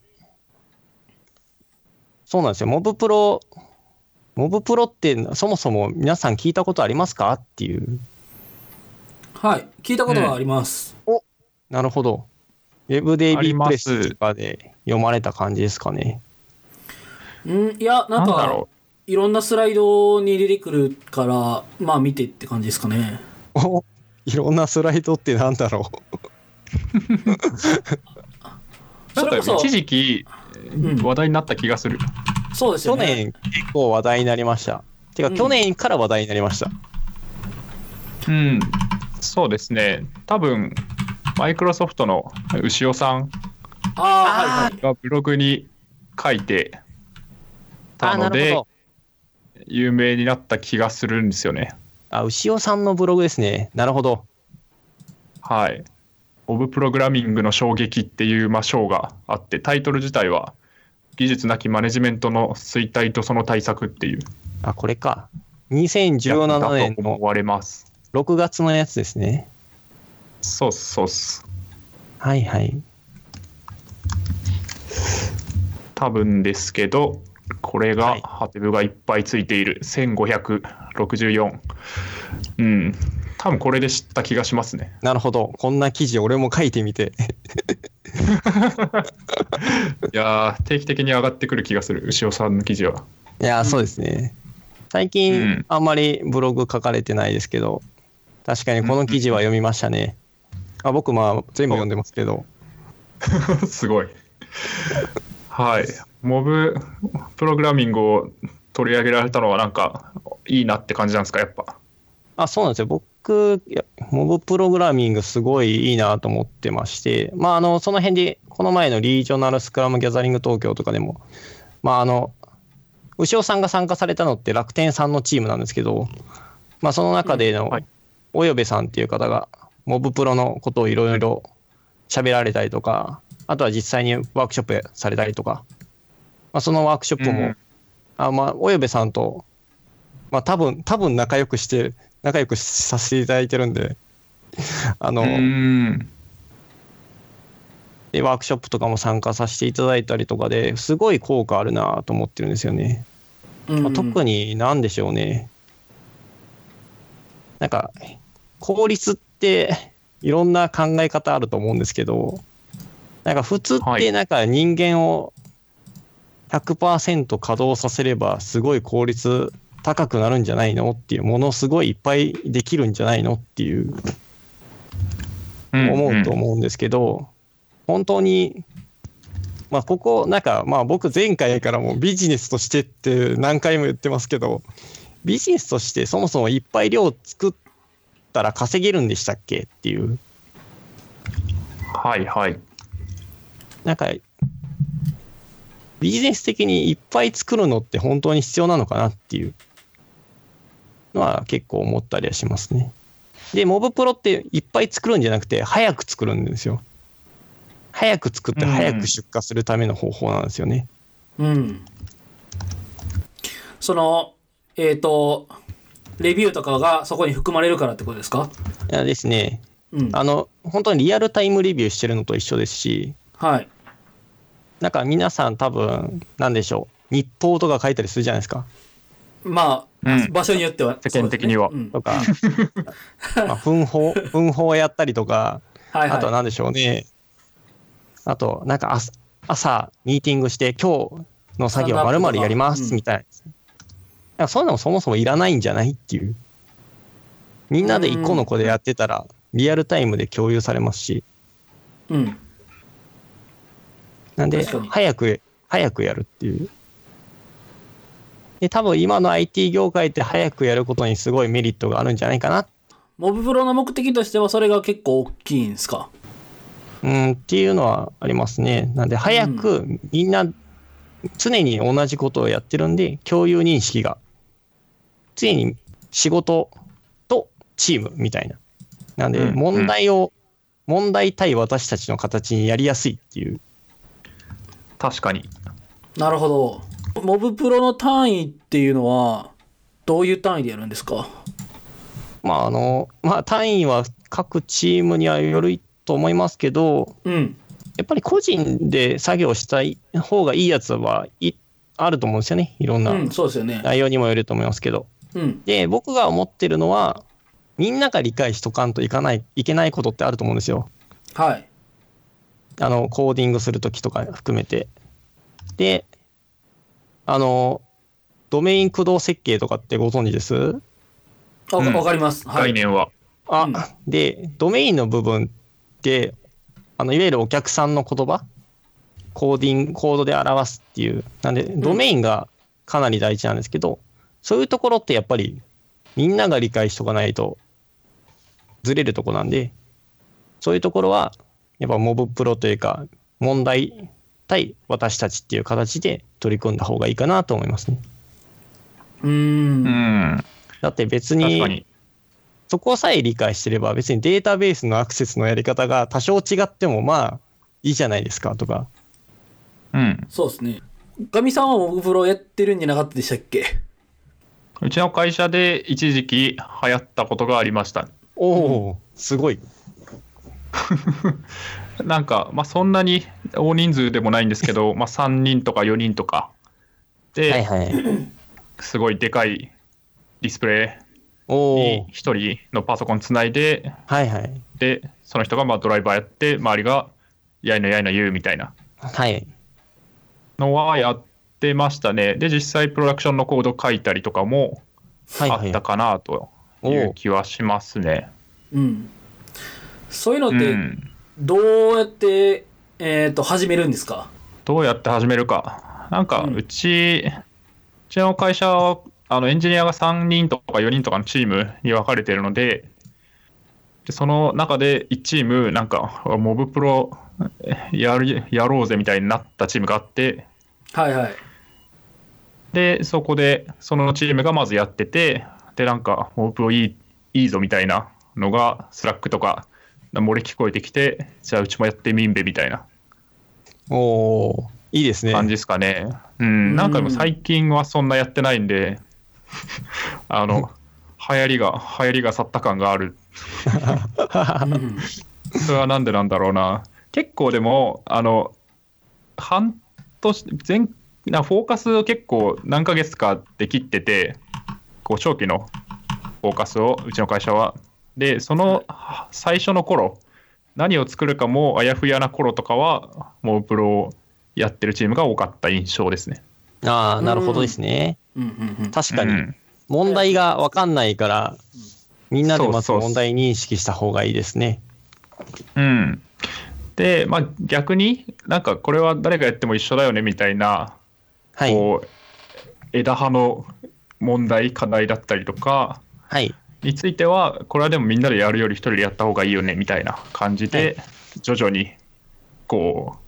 S1: そうなんですよ。モブプロ、モブプロってそもそも皆さん聞いたことありますかっていう。
S2: はい。聞いたことがあります。
S1: なるほど。ウェブデイ
S3: あ
S1: ビ
S3: り
S1: ー
S3: ます
S1: プレスとかで読まれた感じですかね。
S2: うん、いや、な
S3: なんんだ
S2: か
S3: ろ、
S2: いろんなスライドに出てくるから、まあ見てって感じですかね。
S1: おいろんなスライドってなんだろう。
S3: う。なんか
S2: それこそ
S3: 一時期
S2: ん
S3: 話題になった気がする。
S2: そうですよ
S1: 去
S2: ね。
S1: 年結構話題になりました。てか
S2: うん
S1: 去年から話題になりました。
S3: うん。そうですね。多分、マイクロソフトの牛尾さん
S2: ああ、はいはい。
S3: がブログに書いて
S1: あ
S3: た
S1: ーな
S3: の
S1: る
S3: で
S1: ほど。
S3: 有名になった気がするんですよね。
S1: あ、牛尾さんのブログですね。なるほど。
S3: はい。オブプログラミングの衝撃っていう、まあ、章があって、タイトル自体は、技術なきマネジメントの衰退とその対策っていう、
S1: あ、これか。
S3: だ
S1: 2017年
S3: と
S1: の
S3: 思われます。
S1: 6月のやつですね。
S3: そうっす、そうっす。
S1: はいはい。
S3: 多分ですけど、これ
S1: は
S3: が
S1: い
S3: ハテブがいっぱいついている1564。うん。多分これで知った気がしますね。
S1: なるほど。こんな記事俺も書いてみて。
S3: いやー、定期的に上がってくる気がする、牛尾さんの記事は。
S1: いやー、そうですね。最近、
S3: うん
S1: あんまりブログ書かれてないですけど、確かにこの記事は読みましたね。あ僕、まあ、全部読んでますけど。
S3: すごい。はい。モブプログラミングを取り上げられたのはなんかいいなって感じなんですか、やっぱ。
S1: あ、そうなんですよ。僕、いやモブプログラミングすごいいいなと思ってまして、まあ、あの、その辺で、この前のリージョナルスクラムギャザリング東京とかでも、まあ、あの、牛尾さんが参加されたのって楽天さんのチームなんですけど、まあ、その中で
S3: うん
S1: の
S3: はい、
S1: およべさんっていう方が、モブプロのことをいろいろ喋られたりとか、あとは実際にワークショップされたりとか、まあ、そのワークショップも、
S3: うん
S1: あまあ、およべさんと、まあ、多分、多分仲良くして、仲良くさせていただいてるんで、あの、
S3: ん。
S1: で、ワークショップとかも参加させていただいたりとかで、すごい効果あるなと思ってるんですよね。
S2: うん
S1: まあ、特に何でしょうね。なんか、効率っていろんな考え方あると思うんですけど、なんか普通っ
S3: は
S1: て
S3: い
S1: なんか人間を100%稼働させればすごい効率高くなるんじゃないのっていう、ものすごいいっぱいできるんじゃないのっていう思うと思うんですけど、本当に、まあ、ここ、なんか、まあ、僕、前回からもビジネスとしてって何回も言ってますけど、ビジネスとしてそもそもいっぱい量作ったら稼げるんでしたっけっていう、
S3: はいはい。
S1: なんか、ビジネス的にいっぱい作るのって本当に必要なのかなっていうのは結構思ったりはしますね。で、モブプロっていっぱい作るんじゃなくて、早く作るんですよ。早く作って
S3: うん
S1: 早く出荷するための方法なんですよね。
S2: うん。その、えっ、と、レビューとかがそこに含まれるからってことですか
S1: いやですね、
S2: うん。
S1: あの、本当にリアルタイムレビューしてるのと一緒ですし、
S2: はい。
S1: なんか皆さん多分、なんでしょう、日報とか書いたりするじゃないですか。
S2: まあ、
S3: うん
S2: 場所によっては。
S3: 世間的には
S2: そうですね
S1: と か、まあ、奮法、奮法やったりとか、
S2: うんはいはい。
S1: あとは何でしょうね。あと、なんか朝、朝、ミーティングして、今日の作業
S2: スタンドア
S1: ま
S2: ップと
S1: る
S2: か
S1: まるやりま
S2: う
S1: す、
S2: ん
S1: みたいな。なんかそういうのもそもそもいらないんじゃないっていう。みんなで一個の子でやってたら、リアルタイムで共有されますし、
S2: うん。
S1: なんで、
S2: 確かに
S1: 早く、早くやるっていう。で、多分今の IT 業界って早くやることにすごいメリットがあるんじゃないかな。
S2: モブプロの目的としてはそれが結構大きいんですか
S1: うん、っていうのはありますね。なんで、早くみんな常に同じことをやってるんで、共有認識が、常に仕事とチームみたいな。なんで、
S3: うん
S1: 問題を、問題対私たちの形にやりやすいっていう。
S3: 確かに。
S2: なるほど。モブプロの単位っていうのは、どういう単位でやるんですか
S1: まあ、あの、まあ、単位は各チームにはよると思いますけど、
S2: うん。
S1: やっぱり個人で作業したい方がいいやつはいあると思うんですよね。いろん
S2: う、
S1: なん
S2: そうですよね。
S1: 内容にもよると思いますけど。
S2: うん。
S1: で、僕が思ってるのは、みんなが理解しとかんといかない、いけないことってあると思うんですよ。
S2: はい。
S1: あの、コーディングするときとか含めて。で、あの、ドメイン駆動設計とかってご存知です
S2: あわ、
S3: うん
S2: かります。はい。
S3: 概念は。
S1: あ、
S2: うん
S1: で、ドメインの部分って、あの、いわゆるお客さんの言葉、コーディング、コードで表すっていう。なんで、ドメインがかなり大事なんですけど、そういうところってやっぱり、みんなが理解しとかないと、ずれるとこなんで、そういうところは、やっぱモブプロというか、問題対私たちっていう形で取り組んだ方がいいかなと思いますね。
S2: うー。
S3: うんん。
S1: だって別
S3: 確
S1: に
S3: か、に。
S1: そこさえ理解してれば別にデータベースのアクセスのやり方が多少違ってもまあいいじゃないですかとか。
S3: うん。
S2: そうですね。ガミさんはモブプロやってるんじゃなかったでしたっけ
S3: うちの会社で一時期流行ったことがありました。
S1: おお、すごい。
S3: なんか、まあ、そんなに大人数でもないんですけ ど、まあ、3人とか4人とかで、
S1: はい。
S3: すごいでかいディスプレ
S1: お
S3: イ
S1: お
S3: に、1人のパソコンつないで、
S1: はいはい。
S3: で、その人がまあドライバーやって、周りがやいのやいの言うみたいな
S1: はい。
S3: のはやってましたね。で、実際プロダクションのコード書いたりとかも
S1: はい
S3: あ
S1: は
S3: っ
S1: い
S3: た。かなとい
S1: お
S3: う
S1: お
S3: 気はしますね。
S2: うん。そういうの
S3: う
S2: って、
S3: ん。
S2: どうやって、えっ、と、始めるんですか
S3: どうやって始めるか。なんか、
S2: うん
S3: うち、うちの会社は、あの、エンジニアが3人とか4人とかのチームに分かれてるので、でその中で1チーム、なんか、モブプロやるやろうぜみたいになったチームがあって、
S2: はい はい。
S3: で、そこで、そのチームがまずやってて、で、なんか、モブプロいいいいぞみたいなのが、スラックとか、漏れ聞こえてきて、じゃあうちもやってみんべみたいな
S1: おおーいいですね。
S3: 感じですかね。うん、なんかでも最近はそんなやってないんで、 あの、流行りが、流行りが去った感がある。
S2: うん
S3: それはなんでなんだろうな。結構でも、あの、半年、前、なフォーカスを結構何ヶ月かで切ってて、こう、長期のフォーカスを、うちの会社は。で、そのは最初の頃、何を作るかもあやふやな頃とかは、もうプロをやってるチームが多かった印象ですね。
S1: ああ、なるほどですね。
S2: うんうん
S1: 確かに、
S3: うん
S1: 問題がわかんないから、みんなでまず
S3: そうそうそう
S1: 問題認識した方がいいですね。
S3: うん、で、まあ、逆になんかこれは誰がやっても一緒だよねみたいな、
S1: はい。
S3: こう枝葉の問題課題だったりとか
S1: はい。
S3: についてはこれはでもみんなでやるより一人でやった方がいいよねみたいな感じで、徐々にこう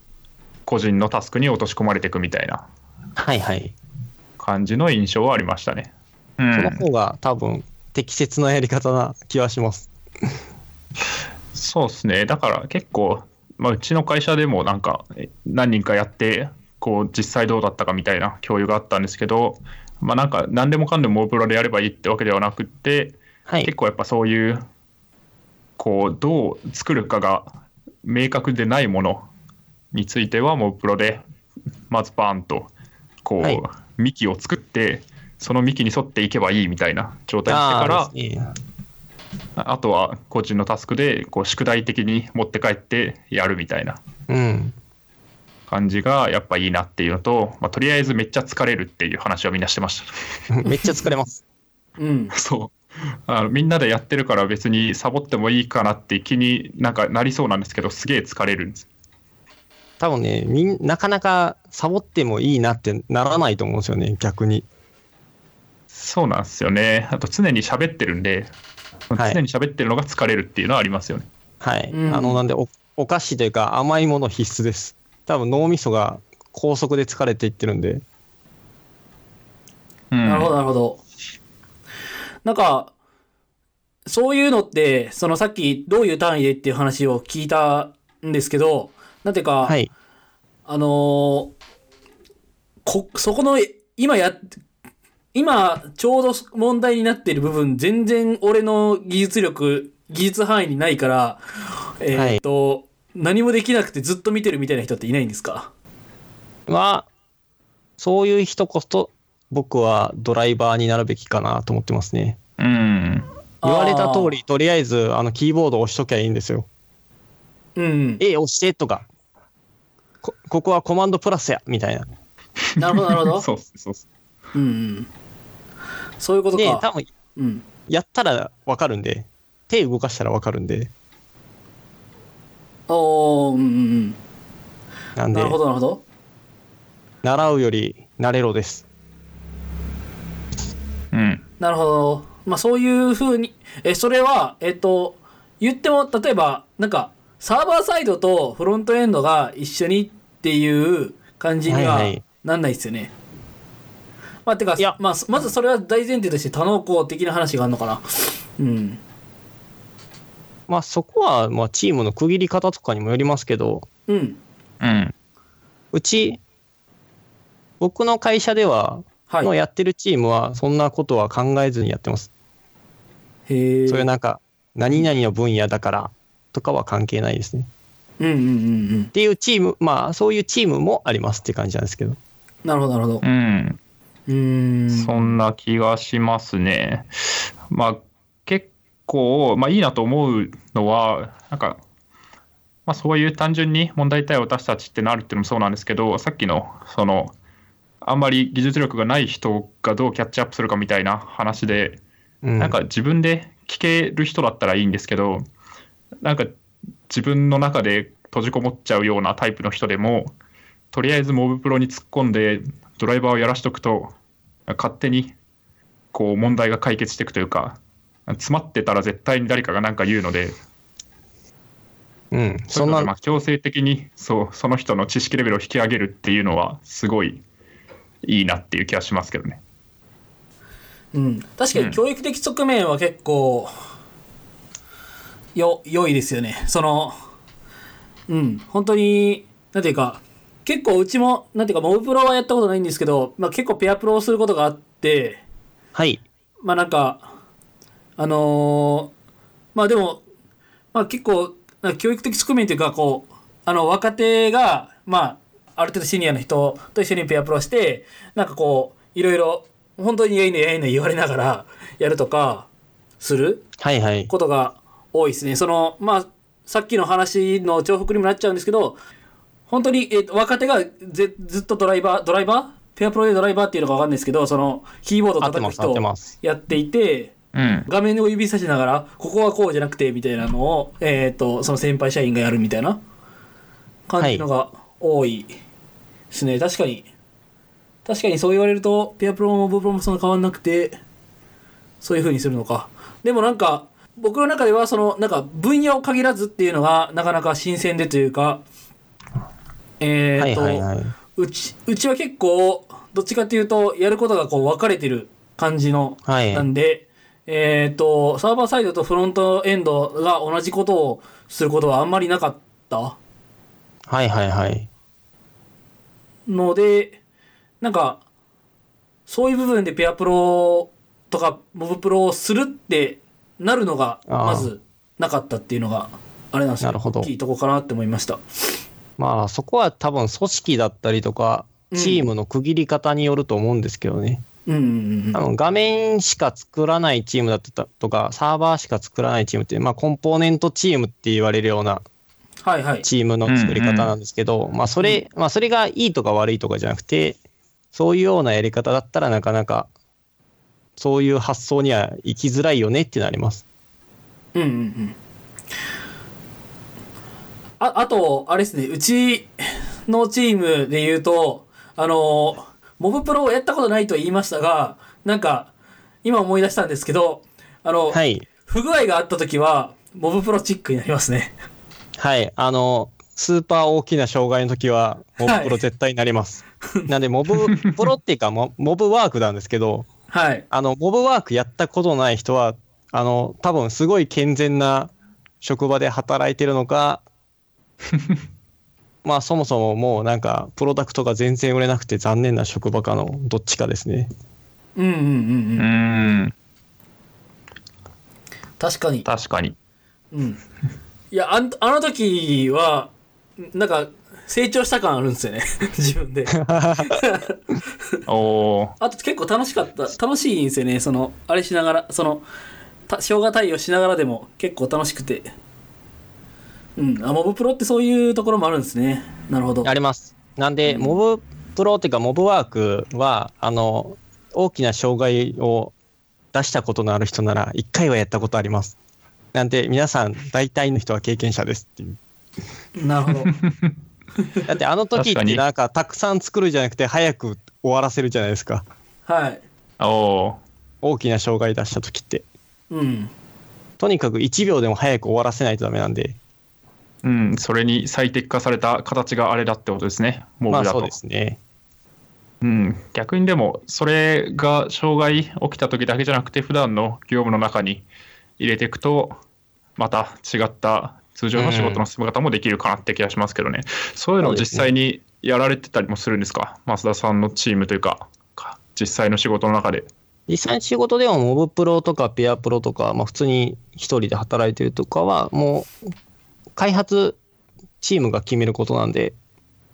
S3: 個人のタスクに落とし込まれていくみたいな
S1: はいはい。
S3: 感じの印象はありましたね。う
S1: その
S3: ん、
S1: 方が多分適切なやり方な気はします。
S3: そうですねだから結構、まあ、うちの会社でもなんかえ何人かやってこう実際どうだったかみたいな共有があったんですけど、まあ、なんか何でもかんでもオープロでやればいいってわけではなくって、
S1: はい
S3: 結構やっぱそういうこうどう作るかが明確でないものについてはもうプロでまずバーンとこう、
S1: はい
S3: 幹を作ってその幹に沿っていけばいいみたいな状態にしてから
S1: あーですね
S3: あとは個人のタスクでこう宿題的に持って帰ってやるみたいな
S1: うん。
S3: 感じがやっぱいいなっていうのと、まあ、とりあえずめっちゃ疲れるっていう話はみんなしてまし
S1: めっちゃ疲れます。
S2: うん
S3: た。 そうあのみんなでやってるから別にサボってもいいかなって気になんかなりそうなんですけどすげえ疲れるんです
S1: 多分ね、みんなかなかサボってもいいなってならないと思うんですよね、逆に。
S3: そうなんですよねあと常に喋ってるんで
S1: はい
S3: 常に喋ってるのが疲れるっていうのはありますよね、
S1: はい。
S2: うん
S1: あの、なんでお、お菓子というか甘いもの必須です。多分脳みそが高速で疲れていってるんで。
S3: うん
S2: なるほど、なるほど。なんか、そういうのって、そのさっきどういう単位でっていう話を聞いたんですけど、なんていうか、
S1: はい。
S2: あのーこ、そこの、今や、今、ちょうど問題になっている部分、全然俺の技術力、技術範囲にないから、えーっと、何もできなくてずっと見てるみたいな人っていないんですか
S1: は、そういう人こそ、僕はドライバーになるべきかなと思ってますね。
S3: うん
S1: 言われた通り、とりあえず、あの、キーボードを押しときゃいいんですよ。
S2: うん。
S1: A 押してとか、こ、ここはコマンドプラスや、みたいな。
S2: なるほど、なるほど。
S3: そうっすそうっす
S2: うんうん。そういうこと
S1: で、多
S2: か。
S1: 分、
S2: うん。
S1: やったらわかるんで、手動かしたらわかるんで、
S2: おー、うんうん
S1: な
S2: うん。
S1: んで
S2: なる、ほど、なるほど。
S1: 習うより慣れろです。
S3: うん
S2: なるほど。まあ、そういうふうに、え、それは、えっと、言っても、例えば、なんか、サーバーサイドとフロントエンドが一緒にっていう感じには
S1: はいはい
S2: なんないですよね。まあ、てか、
S1: いや
S2: まあ、まずそれは大前提として多能工的な話があるのかな。うん。
S1: まあそこは、まあチームの区切り方とかにもよりますけど、
S2: うん。
S3: うん
S1: うち、僕の会社では、
S2: はい。
S1: のやってるチームは、そんなことは考えずにやってます。
S2: へえ。
S1: そういうなんか、何々の分野だからとかは関係ないですね。
S2: うんうんうんうん
S1: っ。ていうチーム、まあそういうチームもありますって感じなんですけど。
S2: なるほど、なるほど。
S3: うん
S2: うーん。
S3: そんな気がしますね。まあ結構、まあ、いいなと思うのはなんか、まあ、そういう単純に問題対応を私たちってなるっていうのもそうなんですけどさっきのそのあんまり技術力がない人がどうキャッチアップするかみたいな話で
S1: うん。
S3: なんか自分で聞ける人だったらいいんですけど、なんか自分の中で閉じこもっちゃうようなタイプの人でも、とりあえずモブプロに突っ込んでドライバーをやらしとくと、勝手にこう問題が解決していくというか、詰まってたら絶対に誰かが何か言うので、
S1: うん。
S3: そ
S1: そ
S3: うんいうので
S1: な
S3: まあ強制的にそうその人の知識レベルを引き上げるっていうのは、すごいいいなっていう気がしますけどね。
S2: うん、確か
S3: うん
S2: に教育的側面は結構、よ、良いですよね。その、うん、本当に、なんていうか、結構うちも、なんていうか、モブプロはやったことないんですけど、まあ結構ペアプロをすることがあって、
S1: はい。
S2: まあなんか、あのーまあでも、まあ結構、なんか教育的側面というか、こう、あの、若手が、まあ、ある程度シニアの人と一緒にペアプロして、なんかこう、いろいろ、本当にやいのやいの言われながらやるとか、する
S1: はいはい。
S2: ことが多いですね。その、まあ、さっきの話の重複にもなっちゃうんですけど、本当に、えっと若手がぜずっとドライバー、ドライバーペアプロでドライバーっていうのかわかんないですけど、その、キーボード
S1: 合って
S2: 叩く
S1: ます、合
S2: 人
S1: ってます。
S2: やっていて、
S3: うん、
S2: 画面を指さしながら、ここはこうじゃなくて、みたいなのを、えっ、と、その先輩社員がやるみたいな感じのが多いですね。確かに。確かにそう言われると、ペアプロもブプロもそんな変わんなくて、そういう風にするのか。でもなんか、僕の中では、その、なんか、分野を限らずっていうのが、なかなか新鮮でというか、え
S1: は
S2: っ、
S1: い
S2: と、
S1: はいはいう
S2: ち、うちは結構、どっちかっていうと、やることがこう分かれてる感じの、
S1: はい
S2: なんで、えっ、と、サーバーサイドとフロントエンドが同じことをすることはあんまりなかった
S1: はいはいはい。
S2: ので、なんか、そういう部分でペアプロとかモブプロをするってなるのが、
S1: ああ
S2: まずなかったっていうのが、あれなんですよ。
S1: なるほど
S2: 大きいとこかなって思いました。
S1: まあそこは多分組織だったりとか、
S2: うん
S1: チームの区切り方によると思うんですけどね。
S2: うんうんうん
S1: あの画面しか作らないチームだったとか、サーバーしか作らないチームって、まあコンポーネントチームって言われるような
S2: はいはい。
S1: チームの作り方なんですけど、まあそれ、まあそれがいいとか悪いとかじゃなくて、そういうようなやり方だったらなかなか、そういう発想には行きづらいよねってなります。
S2: うんうんうん。あ、あと、あれですね、うちのチームで言うと、あの、モブプロをやったことないと言いましたが、なんか、今思い出したんですけど、あの、
S1: はい。
S2: 不具合があった時は、モブプロチックになりますね。
S1: はい。あの、スーパー大きな障害の時は、モブプロ絶対になります。なんで、モブ プロっていうかモ、モブワークなんですけど、
S2: はい。
S1: あの、モブワークやったことない人は、あの、多分すごい健全な職場で働いてるのか、まあそもそももうなんか、プロダクトが全然売れなくて残念な職場かのどっちかですね。
S2: うんうんうん
S3: う
S2: うん。
S3: ん、
S2: 確かに。
S3: 確かに。
S2: うん。いや、あんあの時は、なんか、成長した感あるんですよね。 自分で。
S3: おー
S2: あと結構楽しかった、楽しいんですよね。その、あれしながら、その、た生姜対応しながらでも結構楽しくて。うん、あ、モブプロってそういうところもあるんですね。なるほど。
S1: あります。なんで、モブプロっていうか、モブワークは、あの、大きな障害を出したことのある人なら、一回はやったことあります。なんで、皆さん、大体の人は経験者ですっていう。
S2: なるほど。
S1: だって、あの時っ
S3: 確か
S1: て、
S3: に
S1: なんか、たくさん作るじゃなくて、早く終わらせるじゃないですか。
S2: はい。
S3: お
S1: 大きな障害出した時って。
S2: うん。
S1: とにかく1秒でも早く終わらせないとダメなんで、
S3: ーうん、それに最適化された形があれだってことですね、モブ
S1: ま
S3: だ
S1: あ
S3: と。
S1: そうですね。
S3: うん、逆にでも、それが障害起きた時だけじゃなくて、普段の業務の中に入れていくと、また違った通常の仕事の進め方もできるかなって気がしますけどね、そういうのを実際にやられてたりもするんですか、増田さんのチームというか、か実際の仕事の中で。
S1: 実際の仕事でもモブプロとかペアプロとか、まあ、普通に一人で働いてるとかはもう開発チームが決めることなんで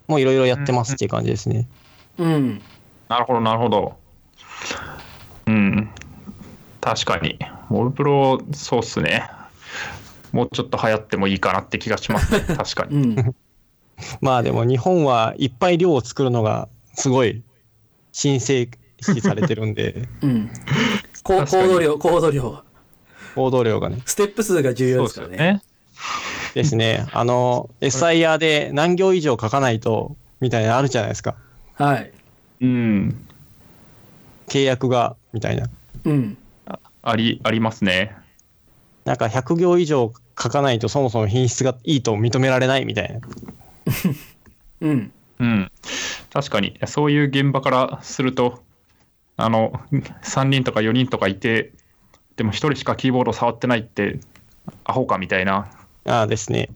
S1: もういろいろやってますっていう感じですね、
S2: うん。
S3: なるほど、なるほど。うん、確かに、モブプロ、そうっすね。もうちょっと流行ってもいいかなって気がし ます、ね、確か
S2: う
S3: に。
S2: ん。
S1: まあでも日本はいっぱい量を作るのがすごい神聖視されてるんで
S2: うん。こう
S3: 確か
S2: 行
S3: に
S2: 動量、行動量。
S1: 行動量がね
S2: ステップ数が重
S3: そ
S2: 要で
S3: うですす
S2: か
S3: よ
S2: らね。
S3: ね。
S1: ですねあの SIR で何行以上書かないとみたいなのあるじゃないですか
S2: はい。
S3: うん、
S1: 契約がみたいな
S2: うん。
S3: ありありますね。
S1: なんか100行以上書かないとそもそも品質がいいと認められないみたいな
S2: うん。
S3: うん、確かに、そういう現場からすると、あの3人とか4人とかいて、でも1人しかキーボード触ってないって、アホかみたいな
S1: ああですね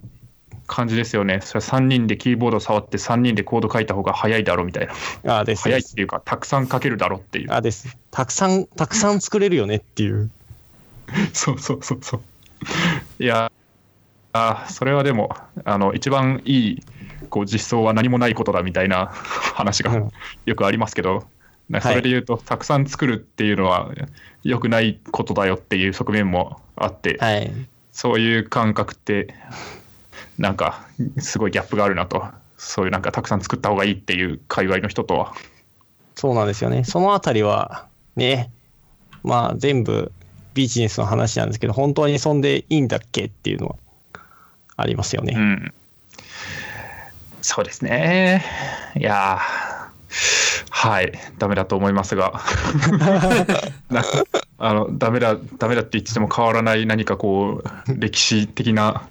S3: 感じですよね。それ3人でキーボード触って、3人でコード書いた方が早いだろうみたいな、
S1: ああです
S3: 早い
S1: で
S3: っ
S1: す
S3: ていうか、たくさん書けるだろうっていう、
S1: あですたくさんたくさん作れるよねっていう
S3: そうそうそうそう。いやあそれはでもあの一番いいこう実装は何もないことだみたいな 話
S1: う
S3: が
S1: ん
S3: よくありますけど、なんか
S1: はい
S3: それで言うと、たくさん作るっていうのは良くないことだよっていう側面もあって、
S1: はい
S3: そういう感覚ってなんかすごいギャップがあるなとそういうなんかたくさん作った方がいいっていう界隈の人とは
S1: そうなんですよねそのあたりはねまあ全部ビジネスの話なんですけど本当にそんでいいんだっけっていうのはありますよね、
S3: うん。そうですね。いやーはい、ダメだと思います が、なあのダメだ、ダメだって言ってても変わらない何かこう、歴史的な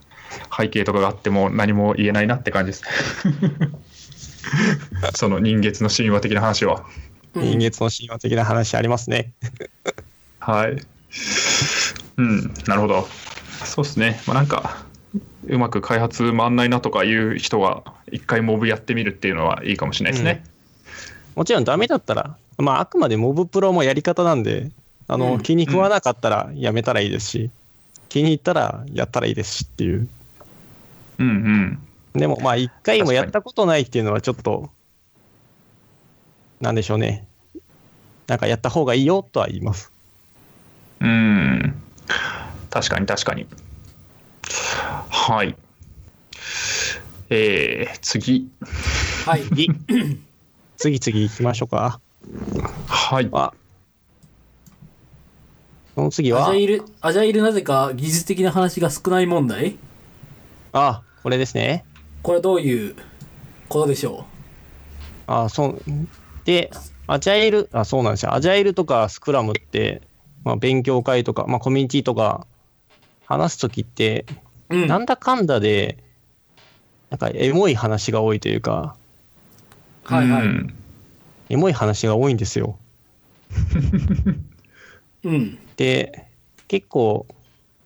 S3: 背景とかがあっても何も言えないなって感じですね。 その人月の神話的な話は。
S2: うん
S1: 人月の神話的な話ありますね
S3: はい。うん、なるほど。そうですね。まあ、なんか、うまく開発回んないなとかいう人は一回モブやってみるっていうのはいいかもしれないですね。
S1: もちろんダメだったら、まあ、あくまでモブプロもやり方なんで、あ
S2: う
S1: の、
S2: ん
S1: 気に食わなかったらやめたらいいですし、気に入ったらやったらいいですしっていう。
S3: うん、うん、
S1: でも、まあ、一回も
S3: 確かに
S1: やったことないっていうのはちょっと、なんでしょうね。なんかやった方がいいよとは言います。
S3: うーん。確かに確かに。はい。えー、次。
S2: はい。
S1: 次々行きましょうか。
S3: はい。
S1: あその次
S2: ア
S1: は
S2: ジャ、イル、アジャイルなぜか技術的な話が少ない問題
S1: あ、これですね。
S2: これはどういうことでしょ
S1: あ、そう。で、アジャイル、あ、そうなんですよ。アジャイルとかスクラムって、まあ、勉強会とか、まあ、コミュニティとか、話すときって、
S2: ううん。
S1: なんだかんだで、なんかエモい話が多いというか、
S2: はいはい。
S3: うん
S1: エモい話が多いんですよ。
S2: うん。
S1: で、結構、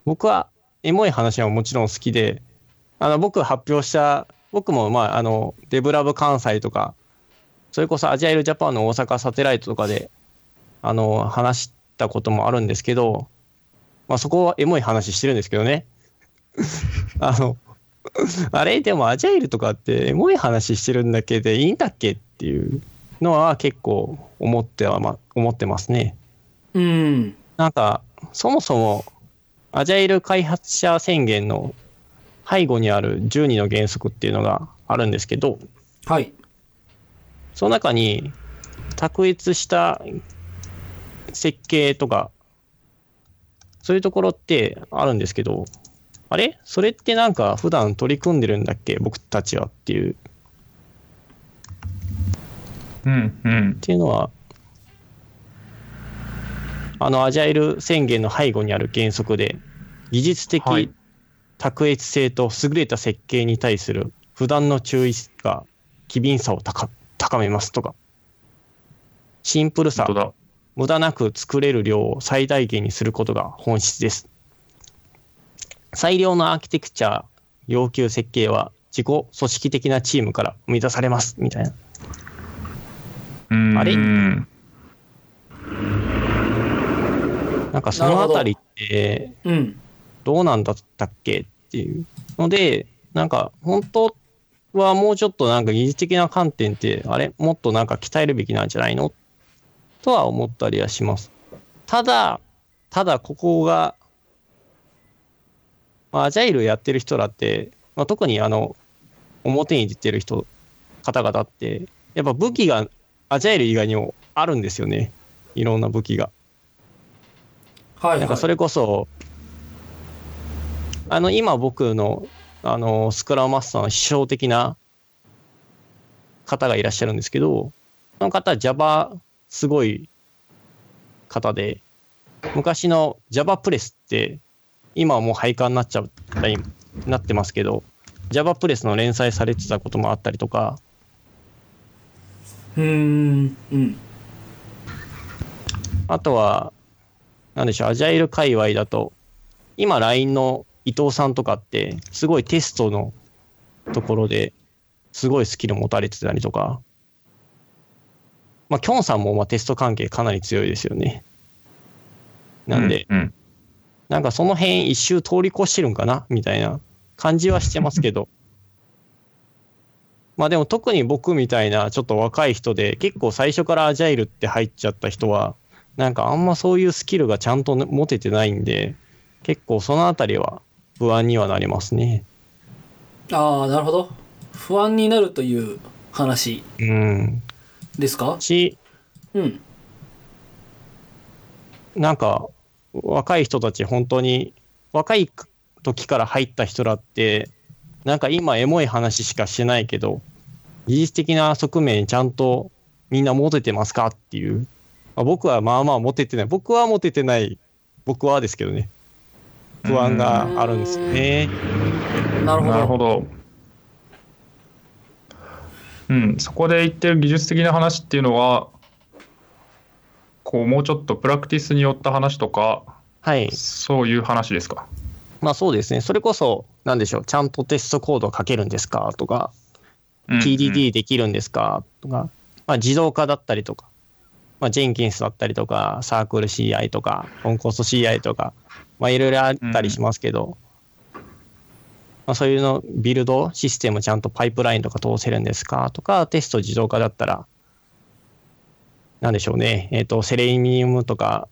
S1: 僕はエモい話はもちろん好きで、あの、僕発表した、僕も、まあ、あの、デブラブ関西とか、それこそアジャイルジャパンの大阪サテライトとかで、あの、話したこともあるんですけど、まあ、そこはエモい話してるんですけどね。 あの、あれでもアジャイルとかってエモい話してるんだけでいいんだっけっていうのは結構思っては、ま、思ってますね。
S2: うん。
S1: なんか、そもそも、アジャイル開発者宣言の背後にある12の原則っていうのがあるんですけど、
S2: はい。
S1: その中に、卓越した設計とか、そういうところってあるんですけど、あれそれってなんか普段取り組んでるんだっけ僕たちはっていう、っ
S3: うんうん
S1: ていうのは、あの、アジャイル宣言の背後にある原則で、技術的、
S3: はい
S1: 卓越性と優れた設計に対する不断の注意が機敏さを高高めますとかシンプルさ
S3: 本当だ
S1: 無駄なく作れる量を最大限にすることが本質です最良のアーキテクチャ要求設計は自己組織的なチームから生み出されますみたいな
S3: うん
S1: あれ
S3: うん
S1: なんかそのあたりって
S2: うん。
S1: どうなんだったっけっていうので、なんか本当はもうちょっとなんか技術的な観点って、あれもっとなんか鍛えるべきなんじゃないのとは思ったりはします。ただ、ただここが、まあ、アジャイルやってる人らって、まあ、特にあの、表に出てる人、方々って、やっぱ武器がアジャイル以外にもあるんですよね。いろんな武器が。
S2: はい、はい。
S1: なんかそれこそ、あの、今僕の、あの、スクラムマスターの師匠的な方がいらっしゃるんですけど、その方は Java すごい方で、昔の Java プレスって、今はもう廃刊になっちゃったり、なってますけど、Java プレスの連載されてたこともあったりとか、
S2: うーん。うん。
S1: あとは、なんでしょう、アジャイル界隈だと、今 LINE の伊藤さんとかって、すごいテストのところですごいスキル持たれてたりとか、まあ、きょんさんもまあテスト関係かなり強いですよね。なんで、
S3: うん
S1: なんかその辺一周通り越してるんかなみたいな感じはしてますけど。 まあでも特に僕みたいなちょっと若い人で結構最初からアジャイルって入っちゃった人はなんかあんまそういうスキルがちゃんとね持ててないんで結構そのあたりは不安にはなりますね。
S2: ああ、なるほど。不安になるという話
S1: うん。
S2: ですか
S1: し、
S2: うん。
S1: なんか若い人たち本当に若い時から入った人らってなんか今エモい話しかしてないけど技術的な側面ちゃんとみんなモテてますかっていう、まあ、僕はまあまあモテてない僕はモテてない僕はですけどね不安があるんですよね。
S2: なるほど。
S3: なるほど。うん、そこで言ってる技術的な話っていうのは、こうもうちょっとプラクティスによった話とか、
S1: はい、
S3: そういう話ですか。
S1: まあそうですね。それこそ、なんでしょう。ちゃんとテストコード書けるんですかとか、
S3: うんうん
S1: TDD できるんですかとか、まあ、自動化だったりとか、まあ、ジェンキンスだったりとか、サークル CI とか、オンコースト CI とか、まあ、いろいろあったりしますけど、まあ、そういうの、ビルド、システムちゃんとパイプラインとか通せるんですかとか、テスト自動化だったら、なんでしょうね、えっ、と、セレニウムとか、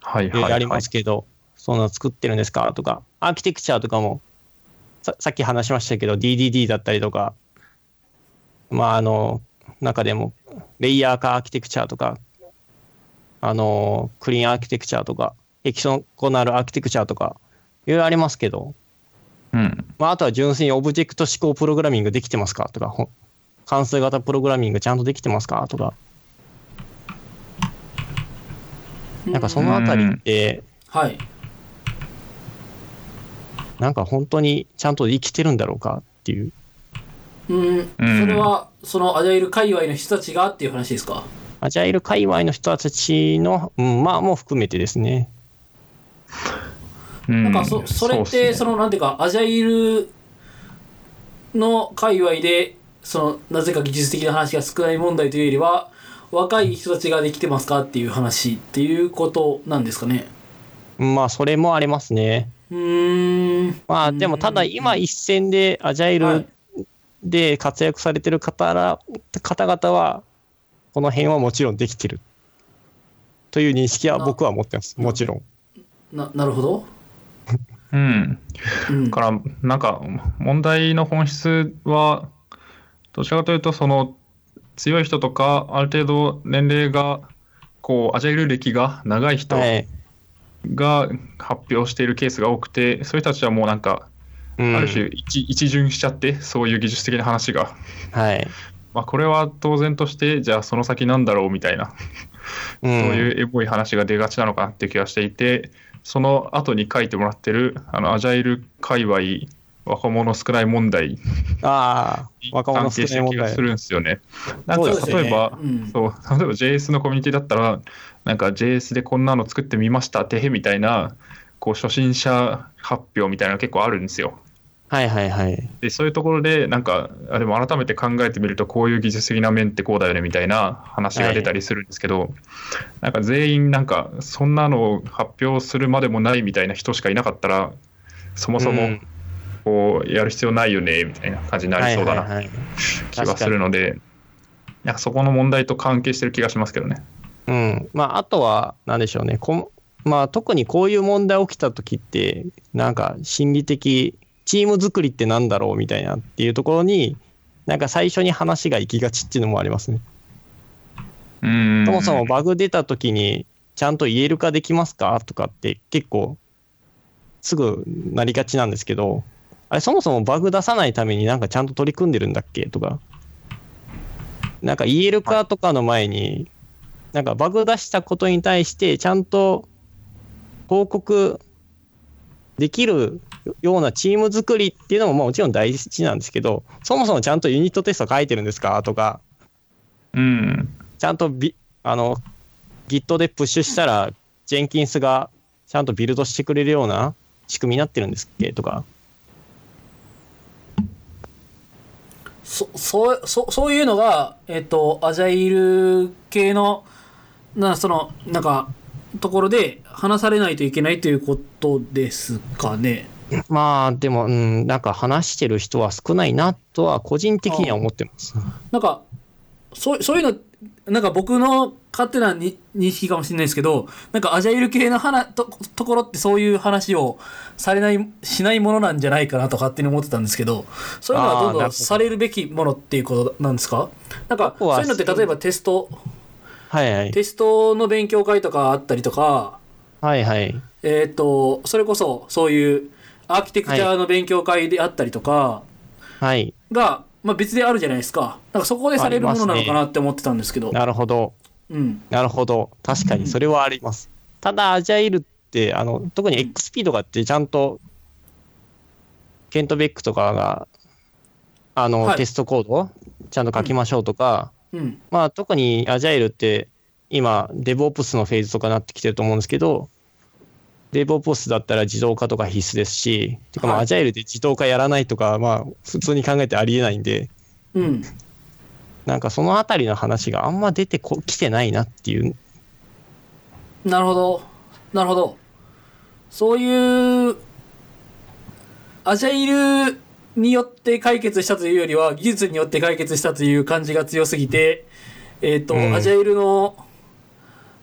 S3: はい
S1: いろい
S3: は
S1: ろあ
S3: い、は
S1: り
S3: い。
S1: ますけど、そんなの作ってるんですかとか、アーキテクチャとかもさ、さっき話しましたけど、DDD だったりとか、まあ、あの、中でも、レイヤー化アーキテクチャとか、あの、クリーンアーキテクチャとか、ヘキソコナルアーキテクチャとか、いろいろありますけど、
S3: うん。
S1: まあ、あとは純粋にオブジェクト指向プログラミングできてますかとか、ほ関数型プログラミングちゃんとできてますかとか、なんかそのあたりって、
S2: はい。
S1: なんか本当にちゃんと生きてるんだろうかっていう。
S2: うん、
S3: うん
S2: それは、そのアジャイル界隈の人たちがっていう話ですか
S1: アジャイル界隈の人たちの、うん、まあも含めてですね。
S3: うん、
S2: なんかそ、それって、そ
S3: の、
S2: の、なんていうか、アジャイルの界隈で、その、なぜか技術的な話が少ない問題というよりは、若い人たちができてますかっていう話っていうことなんですかね。
S1: まあそれもありますね。
S2: うーん。
S1: まあでもただ今一線でアジャイ
S2: は
S1: ル
S2: い
S1: で活躍されてる方ら、方々は、この辺はもちろんできてる。という認識は僕は持ってます。もちろん。
S2: な、なるほど。
S3: うん。
S2: うん
S3: だ。から、なんか、問題の本質は、どちらかというと、その、強い人とか、ある程度年齢が、こう、アジャイル歴が長い人
S1: はい。
S3: が発表しているケースが多くて、そういう人たちはもうなんか、
S1: うん
S3: ある種一、一巡しちゃって、そういう技術的な話が。
S1: はい。
S3: まあ、これは当然として、じゃあその先なんだろうみたいな、
S1: そう
S3: そう
S1: い
S3: いうエモい話が出がちなのかなって気がしていて、その後に書いてもらってる、あの、アジャイル界隈、若者少ない問題
S1: ああ、若者少
S3: 関係し
S1: ない
S3: た
S1: 問
S3: 気が
S1: 題
S3: す。るんですよね。なん
S1: そ
S3: か
S1: うですよね
S3: 例えば、
S2: うん
S3: そう 例えば JS のコミュニティだったら、なんか JS でこんなの作ってみました、てへみたいな、こう初心者発表みたいなの結構あるんですよ。
S1: はいはいはい。
S3: で、そういうところで、なんか、あでも改めて考えてみると、こういう技術的な面ってこうだよねみたいな話が出たりするんですけど、なんか全員、なんか、そんなのを発表するまでもないみたいな人しかいなかったら、そもそうも
S1: ん
S3: こうやる必要ないよねみたいな感じになりそうだな
S1: はいはいはい
S3: 気がするので、なんかそこの問題と関係してる気がしますけどね。
S1: うん、まああとは何でしょうねこん、まあ、特にこういう問題起きた時ってなんか心理的チーム作りってなんだろうみたいなっていうところになんか最初に話が行きがちっていうのもありますね。
S3: うーん
S1: そもそもバグ出た時にちゃんと言える化できますかとかって結構すぐなりがちなんですけどあれそもそもバグ出さないためになんかちゃんと取り組んでるんだっけとかなんか言える化とかの前になんかバグ出したことに対してちゃんと報告できるようなチーム作りっていうのもまあもちろん大事なんですけどそもそもちゃんとユニットテスト書いてるんですかとか
S3: うん。
S1: ちゃんとビあの Git でプッシュしたら、ジェンキンスがちゃんとビルドしてくれるような仕組みになってるんですっけとか。
S2: そそうそそういうのが、えっと、アジャイル系のなそのなんかところで話されないといけないということですかね。
S1: まあ、でも、うん、なんか話してる人は少ないなとは、個人的には思ってます。
S2: なんかそうそういうのなんか僕の勝手なに認識かもしれないですけどなんかアジャイル系の話とところってそういう話をされないしないものなんじゃないかなと勝手に思ってたんですけどそういうのはど
S1: あー
S2: ん
S1: な
S2: ど
S1: る
S2: ん
S1: ほど
S2: されるべきものっていうことなんですかなんかそういうのって例えばテスト
S1: はいはい。
S2: テストの勉強会とかあったりとか、
S1: はいはい。
S2: えっ、と、それこそそういうアーキテクチャの勉強会であったりとか
S1: はい。
S2: が、まあ別であるじゃないですか。なんかそこでされるものな
S1: あ
S2: の
S1: ります
S2: か
S1: ね
S2: なって思ってたんですけど。
S1: なるほど。
S2: うん。
S1: なるほど。確かに、それはあります。ただ、アジャイルって、あの、特に XP とかって、ちゃんと、ケントベックとかが、あの、
S2: はい
S1: テストコードをちゃんと書きましょうとか、
S2: うん。
S1: まあ、特にアジャイルって今、デブオプスのフェーズとかなってきてると思うんですけど、 DevOps だったら自動化とか必須ですし、てかまあ
S2: はい
S1: アジャイルで自動化やらないとか、まあ普通に考えてありえないんで、
S2: うん。
S1: なんかそのあたりの話があんま出てこ来てないなっていう、
S2: なるほど。なるほど。そういう、アジャイルによって解決したというよりは、技術によって解決したという感じが強すぎて、えっ、と、
S1: うん
S2: アジャイルの、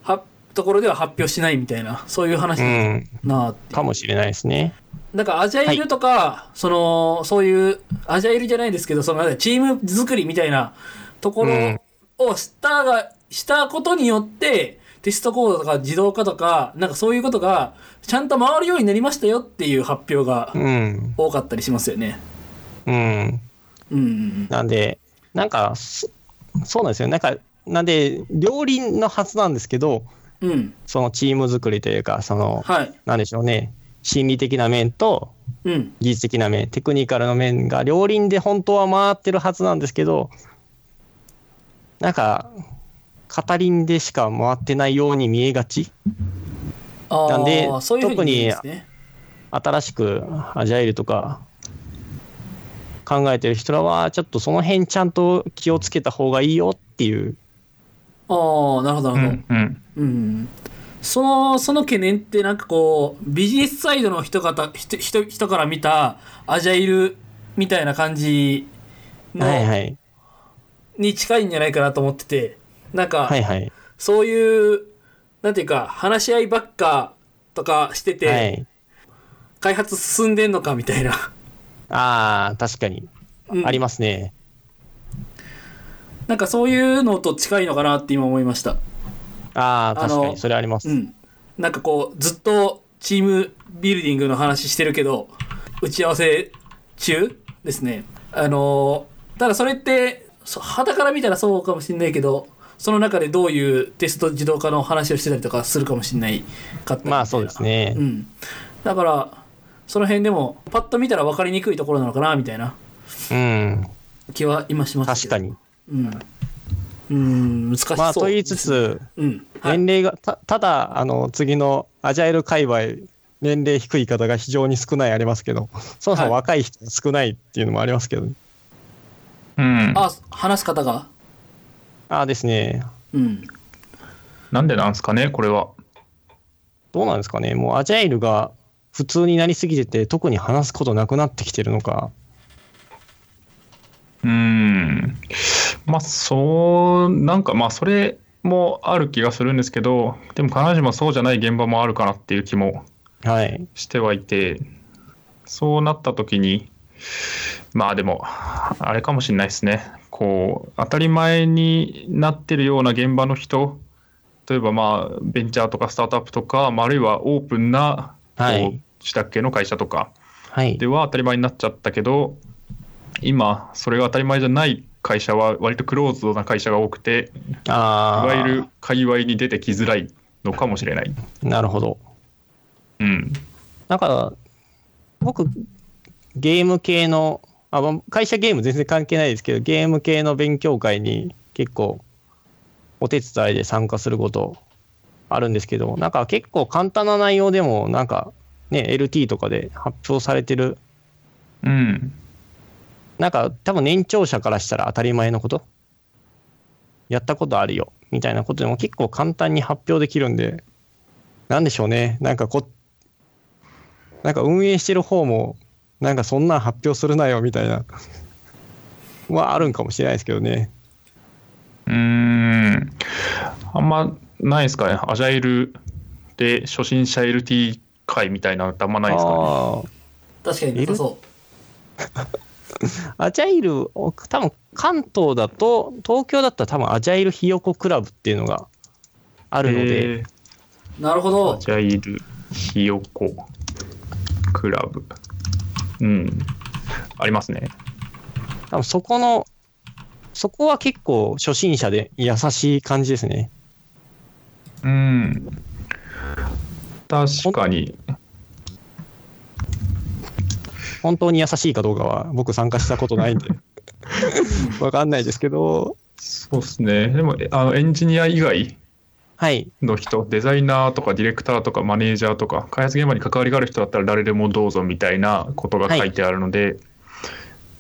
S2: は、ところでは発表しないみたいな、そういう話
S1: う
S2: だ
S1: ん、
S2: なって
S1: かもしれないですね。
S2: なんかアジャイルとか、その、そういう、アジャイルじゃないですけど、その、チーム作りみたいなところをしたが、したことによって、テストコードとか自動化とか、なんかそういうことが、ちゃんと回るようになりましたよっていう発表が
S1: うん、
S2: 多かったりしますよね。
S1: うん。
S2: うんうん
S1: なんで、なんかそ、そうなんですよ。なんか、なんで、両輪のはずなんですけど、
S2: うん。うん。
S1: そのチーム作りというか、その、
S2: はい。
S1: なんでしょうね、心理的な面と
S2: うん。
S1: 技術的な面、テクニカルの面が両輪で本当は回ってるはずなんですけど、なんか、片輪でしか回ってないように見えがち。
S2: あ
S1: なんで
S2: あ、そういうふうに言うんですね。
S1: 新しくアジャイルとか考えてる人らは、ちょっとその辺ちゃんと気をつけた方がいいよっていう。
S2: ああ、なるほど、なるほど。
S3: うんうん
S2: うん、そのその懸念ってなんかこうビジネスサイドの人方人人人から見たアジャイルみたいな感じの、
S1: はいはい。
S2: に近いんじゃないかなと思っててなんか、
S1: はいはい。
S2: そういうなんていうか話し合いばっかとかしてて、
S1: はい。
S2: 開発進んでんのかみたいな、
S1: ああ、確かに。
S2: うん
S1: ありますね。
S2: なんかそういうのと近いのかなって今思いました。
S1: ああ、
S2: あの
S1: 確かに。それありま
S2: う
S1: す。
S2: ん、なんかこうずっとチームビルディングの話してるけど打ち合わせ中ですねあのーただそれってそ肌から見たらそうかもしれないけどその中でどういうテスト自動化の話をしてたりとかするかもしれないかったり
S1: まあそうですね
S2: う。ん、だからその辺でもパッと見たら分かりにくいところなのかなみたいな
S1: うん。
S2: 気は今します
S1: 確
S2: け
S1: か
S2: ど
S1: に。
S2: うんうん難しそう
S1: まあと言いつつ、
S2: うんはい
S1: 年齢が、たただ、あの、次のアジャイル界隈、年齢低い方が非常に少ないありますけど、 そもそ
S2: はい
S1: も若い人が少ないっていうのもありますけど、
S3: うん、
S2: あ話す方が
S1: ああですね、
S2: うん
S3: なんでなんですかね、これは。
S1: どうなんですかね、もうアジャイルが普通になりすぎてて、特に話すことなくなってきてるのか、
S3: うーん。まあ、そう、なんかまあ、それもある気がするんですけど、でも必ずしもそうじゃない現場もあるかなっていう気も
S1: はい、
S3: してはいて、そうなった時に、まあでも、あれかもしれないですね。こう、当たり前になってるような現場の人、例えばまあ、ベンチャーとかスタートアップとか、まああるいはオープンな、
S1: は
S3: こ
S1: いう
S3: したっけの会社とか、
S1: はい
S3: で、は当たり前になっちゃったけど今それが当たり前じゃない会社は割とクローズドな会社が多くてい
S1: ああ、
S3: わゆる界隈に出てきづらいのかもしれない。
S1: なるほど。
S3: うん、
S1: なんか、僕、ゲーム系の、あまあ会社ゲーム全然関係ないですけど、ゲーム系の勉強会に結構、お手伝いで参加することあるんですけど、なんか結構簡単な内容でも、なんか、ね、LT とかで発表されてる、
S3: うん、
S1: なんか多分年長者からしたら当たり前のこと、やったことあるよ、みたいなことでも結構簡単に発表できるんで、なんでしょうね、なんかこ、なんか運営してる方も、なんかそんなん発表するなよ、みたいな、はあるんかもしれないですけどね。
S3: うーんあんまないですかねアジャイルで初心者 LT 会みたいなのってあんまないですかね
S1: あ
S2: 確かになさそう
S1: あ、アジャイル、多分関東だと、東京だったら多分アジャイルひよこクラブっていうのがあるので、
S3: えー
S2: なるほ
S3: ア
S2: ど。
S3: ジャイルひよこクラブうんありますね
S1: 多分そこの、そこは結構初心者で優しい感じですね。
S3: うん。確かに。
S1: 本当に優しいかどうかは僕参加したことない んで、わかんないですけど、
S3: そうですね。でも、えあのエンジニア以外
S1: はい。
S3: の人、デザイナーとかディレクターとかマネージャーとか、開発現場に関わりがある人だったら誰でもどうぞみたいなことが書いてあるので、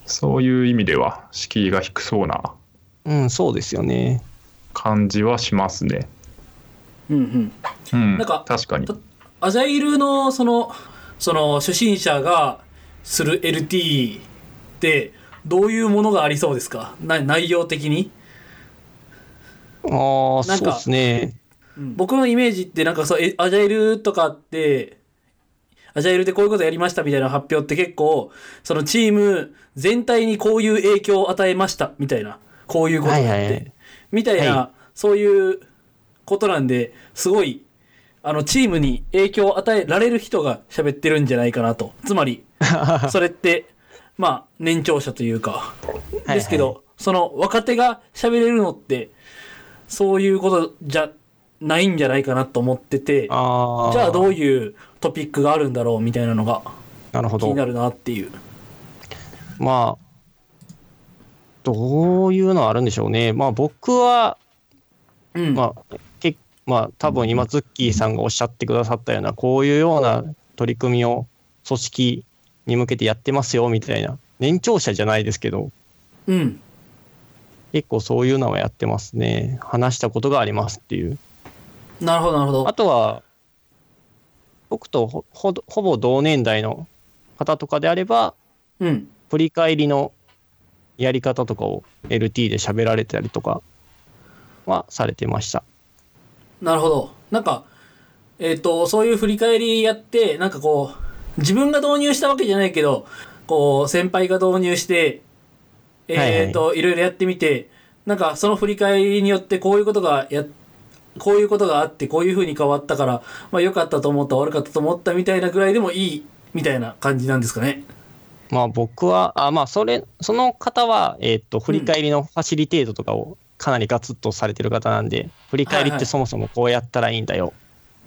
S3: そういう意味では敷居が低そうな
S1: うん、そうですよね。
S3: 感じはしますね。
S2: うんうん。
S3: うん、
S2: なんか
S3: 確かに。
S2: アジャイルのその、その初心者がする LT ってどういうものがありそうですかな内容的に
S1: ああ、
S2: な
S1: そ
S2: ん
S1: う
S2: か
S1: ですね。
S2: 僕のイメージってなんかそう、えアジャイルとかって、アジャイルでこういうことやりましたみたいな発表って結構、そのチーム全体にこういう影響を与えましたみたいな、こういうことやって、
S1: はいはいはい
S2: みたいな、
S1: は
S2: そういうことなんで、すごい、あの、チームに影響を与えられる人が喋ってるんじゃないかなと。つま り、それって、まあ、年長者というか、
S1: はい
S2: ですけど、その若手が喋れるのって、そういうことじゃないんじゃないかなと思ってて、じゃ
S1: ああ、
S2: あどういうトピックがあるんだろうみたいなのが
S1: なるほ
S2: 気に
S1: ど。
S2: なるなっていう。
S1: まあ、どういうのあるんでしょうね。まあ僕は、
S2: うん。
S1: まあ、けまあ多分今、ズッキーさんがおっしゃってくださったような、こういうような取り組みを組織に向けてやってますよみたいな、年長者じゃないですけど、
S2: うん。
S1: 結構そういうのはやってますね。話したことがありますっていう。
S2: なるほど、なるほど
S1: あ。とは、僕とほほほぼ同年代の方とかであれば、
S2: うん。
S1: 振り返りのやり方とかを LT で喋られたりとかはされてました。
S2: なるほど。なんか、えっ、と、そういう振り返りやって、なんかこう、自分が導入したわけじゃないけど、こう、先輩が導入して、えっ、と、いろいろやってみて、なんかその振り返りによってこういうことがや、こういうことがあって、こういう風に変わったから、まあ良かったと思った、悪かったと思ったみたいなぐらいでもいい、みたいな感じなんですかね。
S1: まあ僕は、あまあそれ、その方は、えっ、と、振り返りのファシリテートとかをかなりガツッとされてる方なんで、振り返り
S2: はい
S1: っ
S2: はい
S1: てそもそもこうやったらいいんだよ、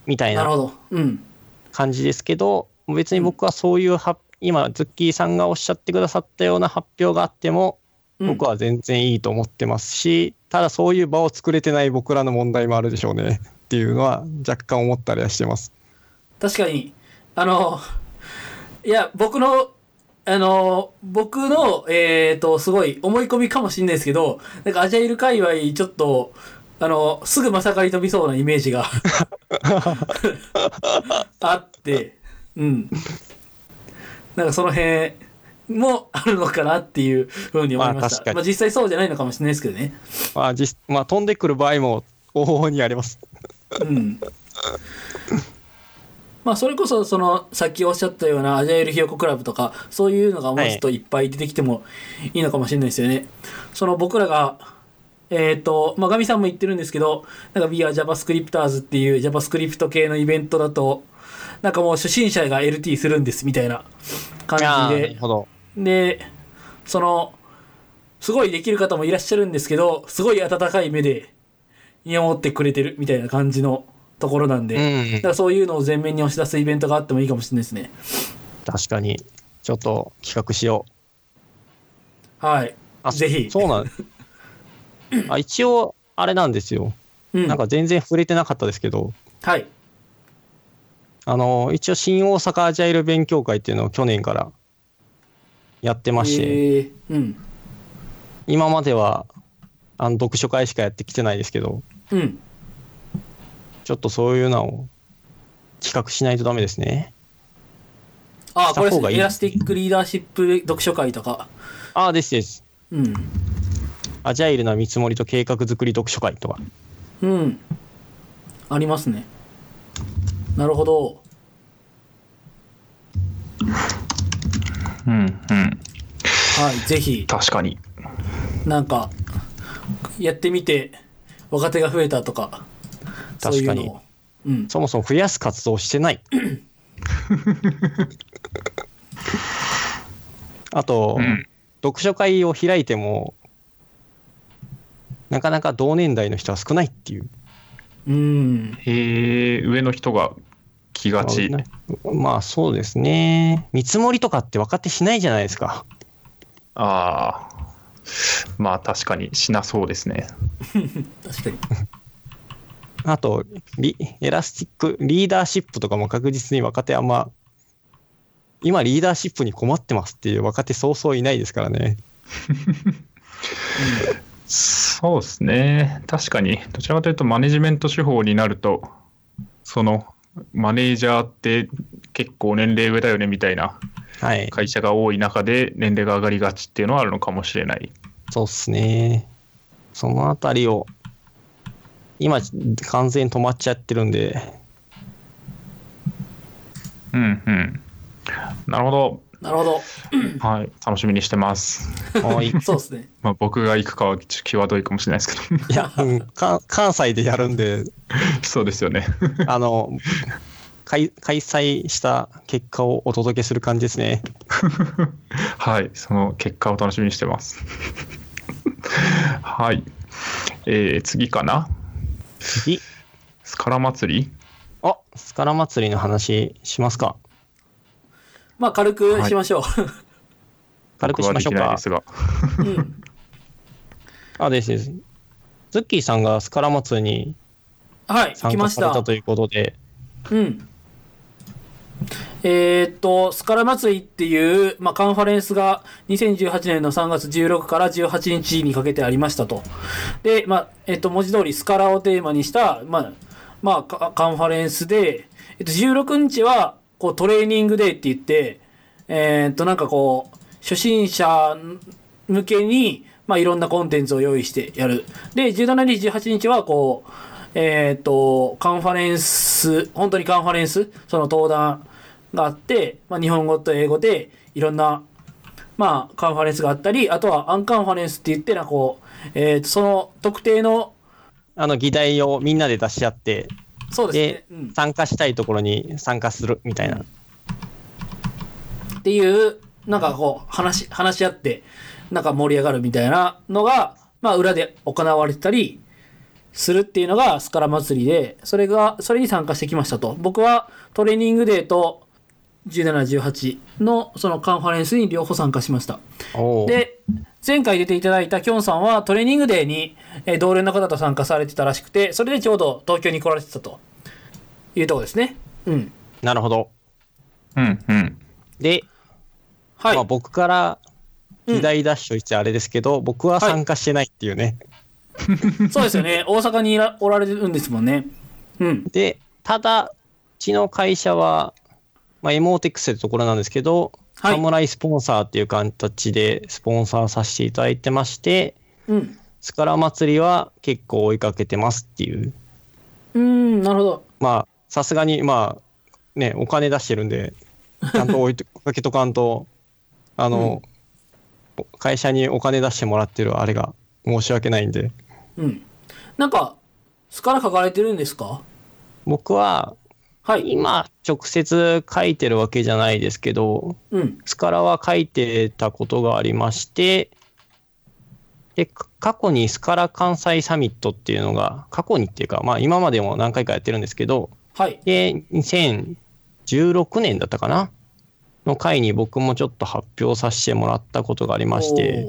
S1: みたい
S2: なる
S1: な
S2: ほど。うん。
S1: 感じですけど、別に僕はそういうは、今、ズッキーさんがおっしゃってくださったような発表があっても、
S2: うん
S1: 僕は全然いいと思ってますし、ただそういう場を作れてない僕らの問題もあるでしょうねっていうのは若干思ったりはしてます。
S2: 確かに、あの、いや、僕の、あの、僕の、えっ、と、すごい思い込みかもしれないですけど、なんかアジャイル界隈、ちょっと、あの、すぐまさかり飛びそうなイメー ジがあって、うん。なんかその辺もあるのかなっていうふうに思いま
S1: まあ
S2: し
S1: 確
S2: た。
S1: か
S2: まあ、
S1: に
S2: 実際そうじゃないのかもしれないですけどね。
S1: まあ実まあ、飛んでくる場合も往々にあります。
S2: うんまあそれこそそのさっきおっしゃったようなアジャイルひよこクラブとかそういうのがもうちょっといっぱい出てきてもいいのかもしれないですよね。その僕らがえっ、とまあガミさんも言ってるんですけどなんか We are JavaScripters っていう JavaScript 系のイベントだとなんかもう初心者が LT するんですみたいな感じ
S1: ーな
S2: で
S1: るほど。
S2: で、その、すごいできる方もいらっしゃるんですけど、すごい温かい目で見守ってくれてるみたいな感じのところなんで、
S1: うん
S2: だからそういうのを前面に押し出すイベントがあってもいいかもしれないですね。
S1: 確かに、ちょっと企画しよう。
S2: はい。
S1: あ
S2: ぜひ。
S1: そうなんあ一応、あれなんですよ。
S2: うん。
S1: なんか全然触れてなかったですけど、
S2: はい。
S1: あの、一応新大阪アジャイル勉強会っていうのを去年からやってまして、
S2: えーうん。
S1: 今までは、あの、読書会しかやってきてないですけど、
S2: うん。
S1: ちょっとそういうのを企画しないとダメですね。
S2: あ、これで
S1: した方
S2: す
S1: がい
S2: ね。
S1: い
S2: エラスティックリーダーシップ読書会とか。
S1: ああ、ですです。
S2: うん。
S1: アジャイルな見積もりと計画作り読書会とか。
S2: うん。ありますね。なるほど。
S3: うんうん、
S2: はい。ぜひ。
S3: 確かに。
S2: なんか、やってみて、若手が増えたとか、そう
S1: 確
S2: い
S1: か
S2: う
S1: に
S2: のを。うん。
S1: そもそも増やす活動をして ない。あと、
S3: うん
S1: 読書会を開いても、なかなか同年代の人は少ないっていう。
S2: うん。
S3: へえ、上の人が来がち。
S1: まあそうですね。見積もりとかって若手しないじゃないですか。
S3: ああ。まあ確かにしなそうですね。
S2: 確かに。
S1: あとリ、エラスティック、リーダーシップとかも確実に若手あんま、今リーダーシップに困ってますっていう若手そうそういないですからね。
S3: そうですね。確かに、どちらかというとマネジメント手法になると、その、マネージャーって結構年齢上だよねみたいな
S1: はい。
S3: 会社が多い中で年齢が上がりがちっていうのはあるのかもしれない。
S1: そうっすね。そのあたりを、今、完全に止まっちゃってる んで、
S3: うんうん。なるほど。
S2: なるほど。
S3: はい。楽しみにしてます。
S1: もういい
S2: そうですね。
S3: まあ、僕が行くかはちょっと際どいかもしれないですけど、
S1: や、うん、か関西でやるんで、
S3: そうですよね。
S1: あの、開開催した結果をお届けする感じですね。
S3: はい。その結果を楽しみにしてます。はい。えー、次かな
S1: 次。
S3: スカラ祭り
S1: あ、スカラ祭りの話しますか。
S2: まあ、軽くしましょ
S1: 軽くしましょう
S3: 僕はできない
S1: か
S3: で。すが。
S2: う。うん。
S1: あ、ですです。ズッキーさんがスカラ祭りに
S2: はい、行
S1: 参
S2: きま
S1: 加
S2: し
S1: され
S2: た。
S1: たということで、
S2: うん。えーっと、スカラ祭りっていう、まあ、カンファレンスが2018年の3月16から18日にかけてありましたと。で、まあ、えっと、文字通りスカラをテーマにした、まあ、まあ、カカンファレンスで、えっと、16日は、こう、トレーニングデーって言って、えーっと、なんかこう、初心者向けに、まあ、いろんなコンテンツを用意してやる。で、17日、18日は、こう、えーっと、カンファレンス、本当にカンファレンス、その登壇があって、まあ、日本語と英語で、いろんなまあ、カンファレンスがあったり、あとはアンカンファレンスって言ってな、こう、えーとその特定の、
S1: あの議題をみんなで出し合って、
S2: そうで
S1: です
S2: ね、うん、
S1: 参加したいところに参加するみたいな。
S2: っていう、なんかこう、話し、話し合って、なんか盛り上がるみたいなのが、まあ、裏で行われてたり、するっていうのがスカラ祭りで、それが、それに参加してきましたと。僕はトレーニングデーと17、18のそのカンファレンスに両方参加しました。
S1: おお。
S2: で、前回出ていただいたきょんさんはトレーニングデーに、えー同僚の方と参加されてたらしくて、それでちょうど東京に来られてたというところですね。うん。
S1: なるほど。
S3: うんうん。
S1: で、
S2: はい。
S1: まあ、僕から議題ダッシュしてあれですけど、僕は参加してないっていうね。
S2: そうですよね。大阪にいらおられるんですもんね。うん。
S1: で、ただ、うちの会社は、まあ、エモーテックスってところなんですけど、
S2: はい
S1: サムライスポンサーっていう形でスポンサーさせていただいてまして、
S2: うん。
S1: スカラ祭りは結構追いかけてますっていう。
S2: うーん、なるほど。
S1: まあ、さすがに、まあ、ね、お金出してるんで、ちゃんと置いと追いかけとかんと、あの、会社にお金出してもらってるあれが申し訳ないんで、
S2: うん。なんか、スカラ書かれてるんですか
S1: 僕は
S2: はい。
S1: 今直接書いてるわけじゃないですけど、
S2: うん。
S1: スカラは書いてたことがありまして、で、か過去にスカラ関西サミットっていうのが、過去にっていうか、まあ今までも何回かやってるんですけど、
S2: はい。
S1: で、2016年だったかなの回に僕もちょっと発表させてもらったことがありまして、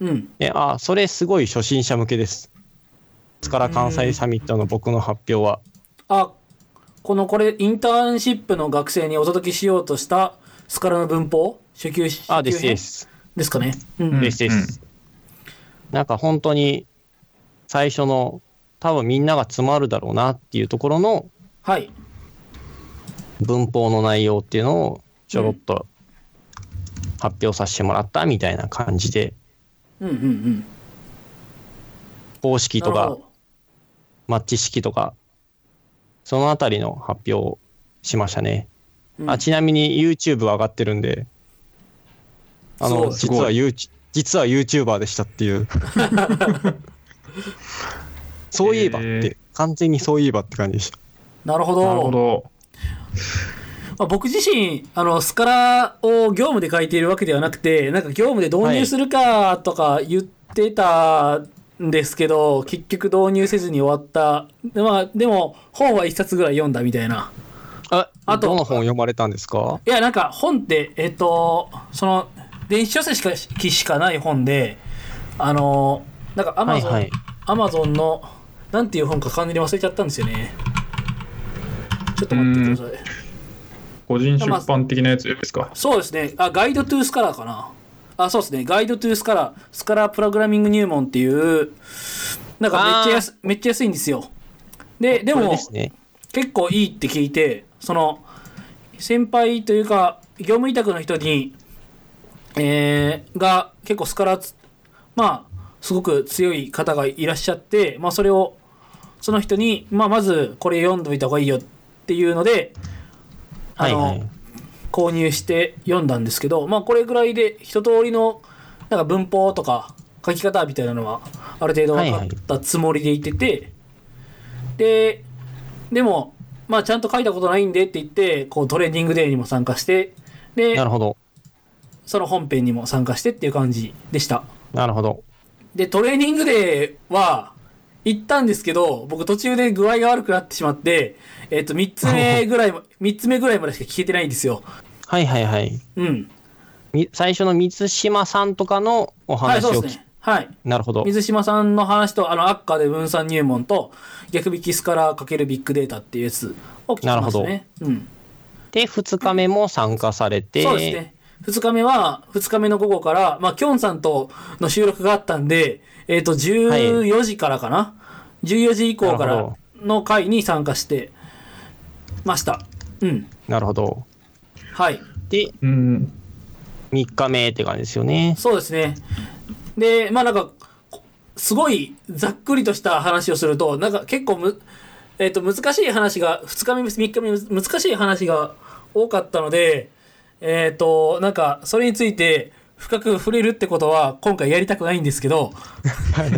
S2: おー。うん。
S1: であ、それすごい初心者向けです。スカラ関西サミットの僕の発表は。
S2: あ、このこれ、インターンシップの学生にお届けしようとしたスカラの文法初級し
S1: あ、
S2: 初
S1: で
S2: 級
S1: す
S2: 編
S1: です。
S2: ですかね。うん。
S3: うん
S1: ですです。なんか本当に最初の多分みんなが詰まるだろうなっていうところの
S2: はい。
S1: 文法の内容っていうのをちょろっと発表させてもらったみたいな感じで、
S2: うんうんうん。
S1: 公式と
S2: なる
S1: か
S2: ほど
S1: マッチ式とか、そのあたりの発表をしましたね。
S2: うん
S1: あちなみに YouTube は上がってるんで、あの、
S2: す
S1: 実
S3: ごい
S1: は y o u t 実は YouTuber でしたっ ていう。そういえばって、
S3: えー
S1: 完全にそういえばって感じでした。
S2: なるほど。
S3: なるほど。
S2: まあ、僕自身、あの、スカラを業務で書いているわけではなくて、なんか業務で導入するかとか言ってたんですけど、結局導入せずに終わった。でまあ、でも、本は一冊ぐらい読んだみたいな。
S1: あ
S2: あと
S1: どの本読まれたんですか
S2: いや、なんか本って、えっ、と、その、電子書籍しかしかない本で、あの、なんかアマ
S1: は
S2: ゾ
S1: い
S2: ン、
S1: はい。
S2: アマゾンの、なんていう本か完全に忘れちゃったんですよね。ちょっと待ってください。
S3: 個人出版的なやつですか。
S2: そうですね。あ、ガイドトゥースカラーかな。あ、そうですね。ガイドトゥースカラー、スカラープログラミング入門っていう、なんかめっちゃ安めっちゃ安いんですよ。で、で
S1: これ
S2: も
S1: で、すね。
S2: 結構いいって聞いて、その、先輩というか、業務委託の人に、えー、が結構スカラつ、まあ、すごく強い方がいらっしゃって、まあ、それを、その人に、まあ、まずこれ読んどいた方がいいよっていうので、あ
S1: はい
S2: の、
S1: はい。
S2: 購入して読んだんですけど、まあ、これぐらいで一通りの、なんか文法とか書き方みたいなのは、ある程度分かったつもりでいてて、で、でも、まあ、ちゃんと書いたことないんでって言って、こう、トレーニングデーにも参加して、で
S1: な、るほど。
S2: その本編にも参加してっていう感じでした。
S1: なるほど。
S2: で、トレーニングデーは、行ったんですけど、僕途中で具合が悪くなってしまって、えっ、と、3つ目ぐらいま、三つ目ぐらいまでしか聞けてないんですよ。
S1: はいはいはい。
S2: うん。
S1: み最初の満島さんとかのお
S2: はい、
S1: 話
S2: そう
S1: を
S2: で
S1: 聞
S2: すね。はい。
S1: なるほど。
S2: 水島さんの話と、あの、アッカーで分散入門と、逆引きスカラー×ビッグデータっていうやつを聞きましたね。うん。
S1: で、2日目も参加されて、
S2: そうですね。2日目は、2日目の午後から、まあ、きょんさんとの収録があったんで、えっ、と、14時からかな、?14 時以降か
S1: なる
S2: ら
S1: ほ
S2: の回に参加してました。うん。
S1: なるほど。
S2: はい。
S1: で、
S3: うん。
S1: 3日目って感じですよね。
S2: そうですね。で、まあなんか、こすごいざっくりとした話をすると、なんか結構む、えっ、と、難しい話が、2日目、3日目、む難しい話が多かったので、えっ、と、なんか、それについて深く触れるってことは、今回やりたくないんですけど、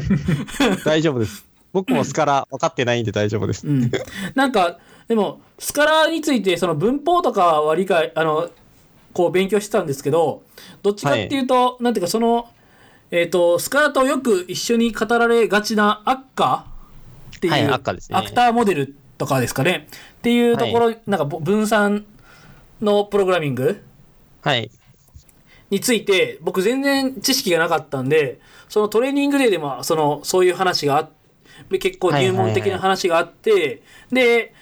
S1: 大丈夫です。僕もスカラ分かってないんで大丈夫です。
S2: うん。なんか、でも、スカラについて、その文法とかは理解、あの、こう勉強してたんですけど、どっちかっていうと、なんていうか、その、えっ、と、スカラとよく一緒に語られがちなアッカーっていう、
S1: はいアッカーですね
S2: アクターモデルとかですかね。っていうところ、なんかぼ分散のプログラミング
S1: はい。
S2: について、僕全然知識がなかったんで、そのトレーニングデーでも、その、そういう話があって、結構入門的な話があって、で、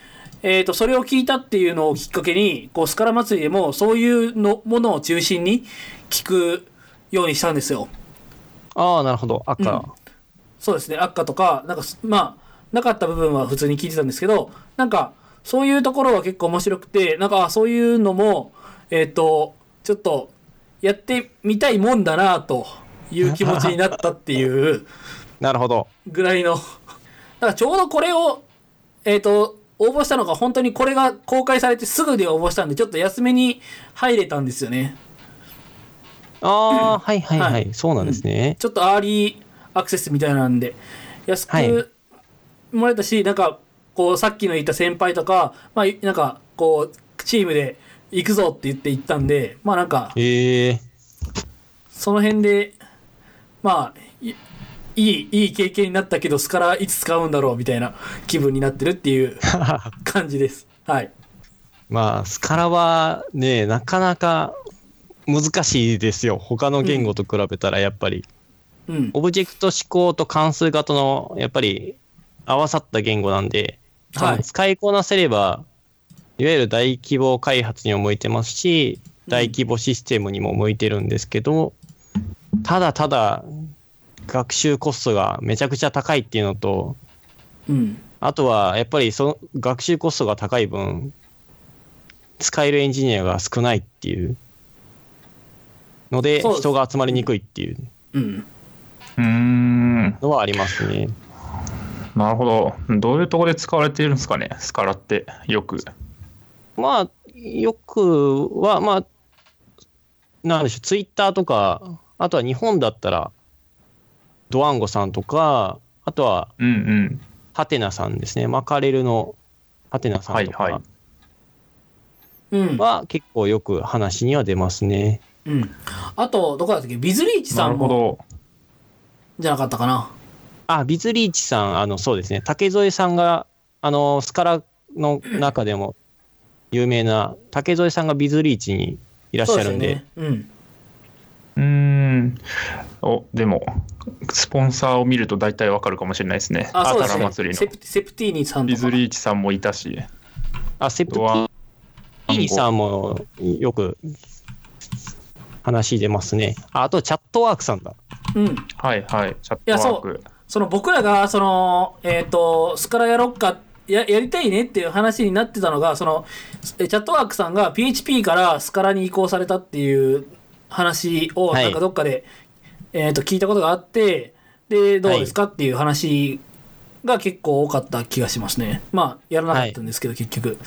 S2: えっ、と、それを聞いたっていうのをきっかけに、こう、スカラ祭りでも、そういうのものを中心に聞くようにしたんですよ。
S1: ああ、なるほど。赤。
S2: そうですね、悪化とか、なんかす、まあ、なかった部分は普通に聞いてたんですけど、なんか、そういうところは結構面白くて、なんか、あそういうのも、えっ、と、ちょっと、やってみたいもんだなという気持ちになったっていう
S1: なるほど。
S2: ぐらいの、なんかちょうどこれを、えっ、と、応募したのが本当にこれが公開されてすぐで応募したんで、ちょっと安めに入れたんですよね。
S1: ああ、はいはいはい、
S2: はい
S1: そうなんですね。
S2: ちょっとアーリーアクセスみたいなんで、安
S1: はい
S2: くもらえたし、なんか、こう、さっきの言った先輩とか、まあ、いなんか、こう、チームで行くぞって言って行ったんで、まあなんか、
S1: ええ
S2: その辺で、まあ、いいい、いい経験になったけど、スカラいつ使うんだろうみたいな気分になってるって いう感じです。はい。
S1: まあ、スカラはね、なかなか難しいですよ。他の言語と比べたらやっぱり。
S2: うん。
S1: オブジェクト指向と関数型のやっぱり合わさった言語なんで、
S2: はい
S1: 使いこなせれば、いわゆる大規模開発にも向いてますし、
S2: ん
S1: 大規模システムにも向いてるんですけど、ただただ学習コストがめちゃくちゃ高いっていうのと、
S2: うん。
S1: あとはやっぱりその学習コストが高い分、使えるエンジニアが少ないっていうので、
S2: そうです
S1: 人が集まりにくいっていう
S2: うん。
S3: うーん。
S1: のはありますね。
S3: なるほど。どういうところで使われているんですかね、スカラってよく。
S1: まあ、よくは、まあ、なんでしょう、ツイッターとか、あとは日本だったら、ドワンゴさんとか、あとは、
S3: うんうん。
S1: ハテナさんですね、マカレルのハテナさんと
S3: はいは
S1: か
S2: うん。
S1: は結構よく話には出ますね。
S2: うん。あと、どこだったっけビズリーチさ
S3: なる
S2: んも、
S3: ほど。
S2: じゃなかったかな。
S1: あ、ビズリーチさん、あの、そうですね、竹添さんが、あの、スカラの中でも有名な、竹添さんがビズリーチにいらっしゃるんで、
S2: そうですよね。うん。
S3: うーん。お、でも、スポンサーを見ると大体わかるかもしれないですね。
S2: あ、そうで
S3: タラ
S2: す
S3: 祭
S2: ね。
S3: り
S2: セ
S3: の。
S2: プセプティーニさん
S3: ビ
S2: とか
S3: ズ。リーチさんもいたし。
S1: あ、セプテ
S3: うわ
S1: ィーさんもよく話出ますね。ああと、チャットワークさんだ。
S2: うん。
S3: はいはい。チャットワーク。
S2: その僕らが、その、えっ、と、スカラやろっか、や、やりたいねっていう話になってたのが、その、えチャットワークさんが PHP からスカラに移行されたっていう話を、
S1: はい
S2: なんかどっかで、えっ、と、聞いたことがあって、で、どうですかっていう話が結構多かった気がしますね。まあ、やらなかったんですけど、結局。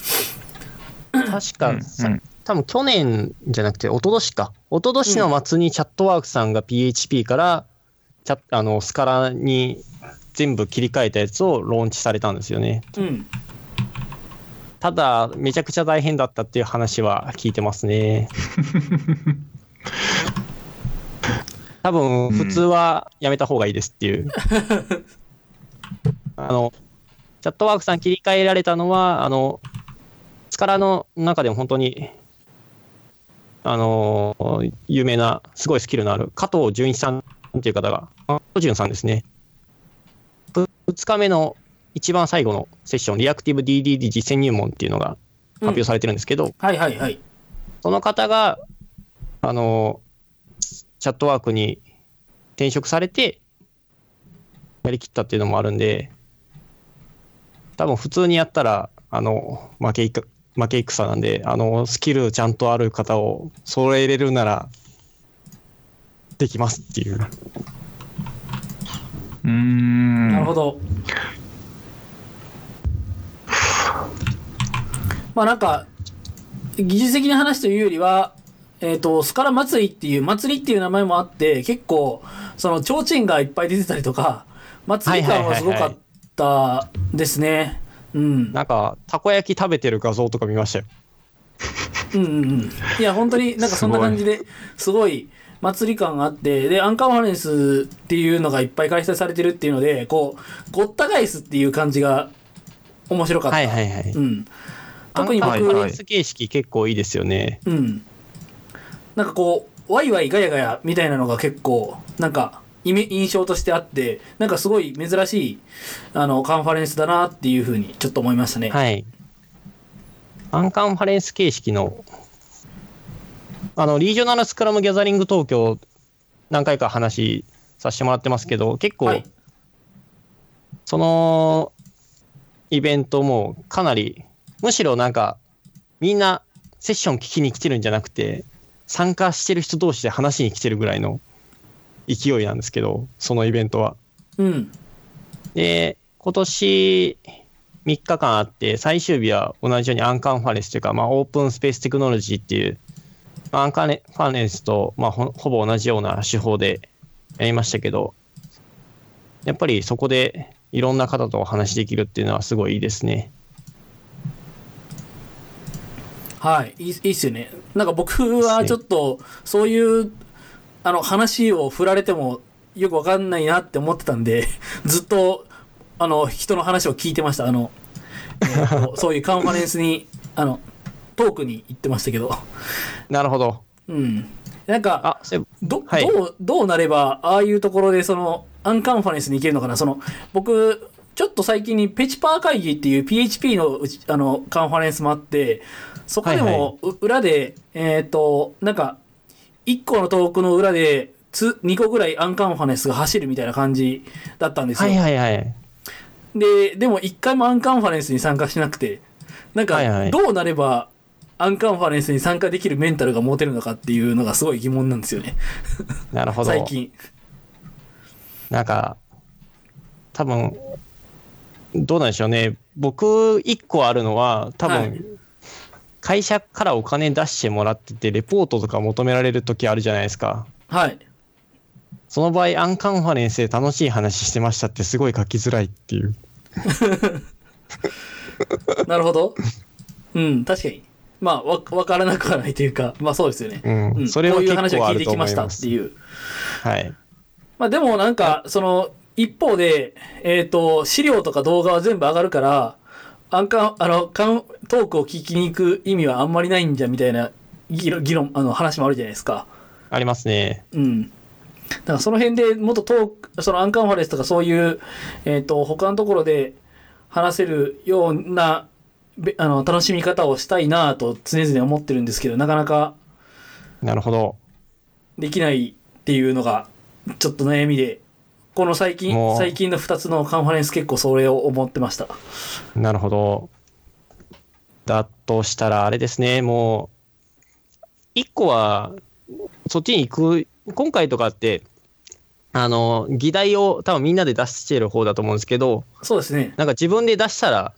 S1: 確か、
S3: うんうん
S1: 多分去年じゃなくて、一昨年か。一昨年の末にチャットワークさんが PHP から、チャあのスカラに全部切り替えたやつをローンチされたんですよね。
S2: うん。
S1: ただ、めちゃくちゃ大変だったっていう話は聞いてますね。多分、普通はやめた方がいいですっていう。あの、チャットワークさん切り替えられたのは、あの、スカラの中でも本当に、あの、有名な、すごいスキルのある加藤純一さんっていう方が、加藤純さんですね。2日目の一番最後のセッション、リアクティブ DDD 実践入門っていうのが発表されてるんですけど、
S2: はいはいはい。
S1: その方が、あの、チャットワークに転職されて、やりきったっていうのもあるんで、多分普通にやったら、あの、負けいく、負け戦なんで、あの、スキルちゃんとある方を揃えれるなら、できますっていう。
S3: うーん。
S2: なるほど。まあなんか、技術的な話というよりは、えっ、と、スカラ祭りっていう、祭りっていう名前もあって、結構、その、提灯がいっぱい出てたりとか、祭り感はすごかったですね。うん。
S1: なんか、たこ焼き食べてる画像とか見ましたよ。
S2: うんうんうん。いや、本当になんかそんな感じで、すごい祭り感があって、で、アンカーハレンスっていうのがいっぱい開催されてるっていうので、こう、ごった返すっていう感じが面白かった。
S1: はいはいはい。
S2: うん。特に僕、
S1: アンカーハレンス形式結構いいですよね。
S2: うん。なんかこう、ワイワイガヤガヤみたいなのが結構、なんか、イメ印象としてあって、なんかすごい珍しい、あの、カンファレンスだなっていうふうにちょっと思いましたね。
S1: はい。アンカンファレンス形式の、あの、リージョナルスクラムギャザリング東京、何回か話させてもらってますけど、結構、
S2: はい
S1: そのイベントもかなり、むしろなんか、みんなセッション聞きに来てるんじゃなくて、参加してる人同士で話しに来てるぐらいの勢いなんですけど、そのイベントは。
S2: うん。
S1: で、今年3日間あって、最終日は同じようにアンカンファレンスというか、まあ、オープンスペーステクノロジーっていう、まあアンカンファレンスと、まあ、ほほぼ同じような手法でやりましたけど、やっぱりそこでいろんな方とお話しできるっていうのはすごいいいですね。
S2: はい、いいいいっすよね。なんか僕はちょっと、そういう、あの、話を振られてもよくわかんないなって思ってたんで、 ずっと、あの、人の話を聞いてました。あの、えーとそういうカンファレンスに、あの、トークに行ってましたけど。
S1: なるほど。
S2: うん。なんか、
S1: あ、そういえば
S2: ど、
S1: はい
S2: どう、どうなれば、ああいうところで、その、アンカンファレンスに行けるのかなその、僕、ちょっと最近にペチパー会議っていう PHP のうち、あの、カンファレンスもあって、そこでも、う裏で、えっ、と、なんか、1個のトークの裏で、つ2個ぐらいアンカンファレンスが走るみたいな感じだったんですよ。
S1: はいはいはい。
S2: で、でも1回もアンカンファレンスに参加しなくて、なんか
S1: はいは、い
S2: どうなれば、アンカンファレンスに参加できるメンタルが持てるのかっていうのがすごい疑問なんですよね。
S1: なるほど。
S2: 最近。
S1: なんか、多分どうなんでしょうね。僕、一個あるのは、多分、
S2: はい
S1: 会社からお金出してもらってて、レポートとか求められる時あるじゃないですか。
S2: はい。
S1: その場合、アンカンファレンスで楽しい話してましたって、すごい書きづらいっていう。
S2: なるほど。うん、確かに。まあ、わ、わからなくはないというか、まあそうですよね。
S1: うん。
S2: うん、
S1: それは
S2: こういう
S1: 結
S2: 話を
S1: 構あ
S2: 聞い
S1: る
S2: て
S1: と
S2: き
S1: 思
S2: ま
S1: い
S2: した
S1: ま
S2: っ
S1: す。
S2: ていう。
S1: はい。
S2: まあでもなんか、その、一方で、えっ、と、資料とか動画は全部上がるから、アンカン、あの、カン、トークを聞きに行く意味はあんまりないんじゃ、みたいな議論、議論、あの、話もあるじゃないですか。
S1: ありますね。
S2: うん。だからその辺でもっとトーク、そのアンカンファレンスとかそういう、えっ、と、他のところで話せるような、べあの、楽しみ方をしたいなぁと常々思ってるんですけど、なかなか
S1: なるほど。
S2: できないっていうのが、ちょっと悩みで、この最近
S1: も、う
S2: 最近の2つのカンファレンス結構それを思ってました。
S1: なるほど。だとしたら、あれですね、もう、1個は、そっちに行く、今回とかって、あの、議題を多分みんなで出してる方だと思うんですけど、
S2: そうですね。
S1: なんか自分で出したら、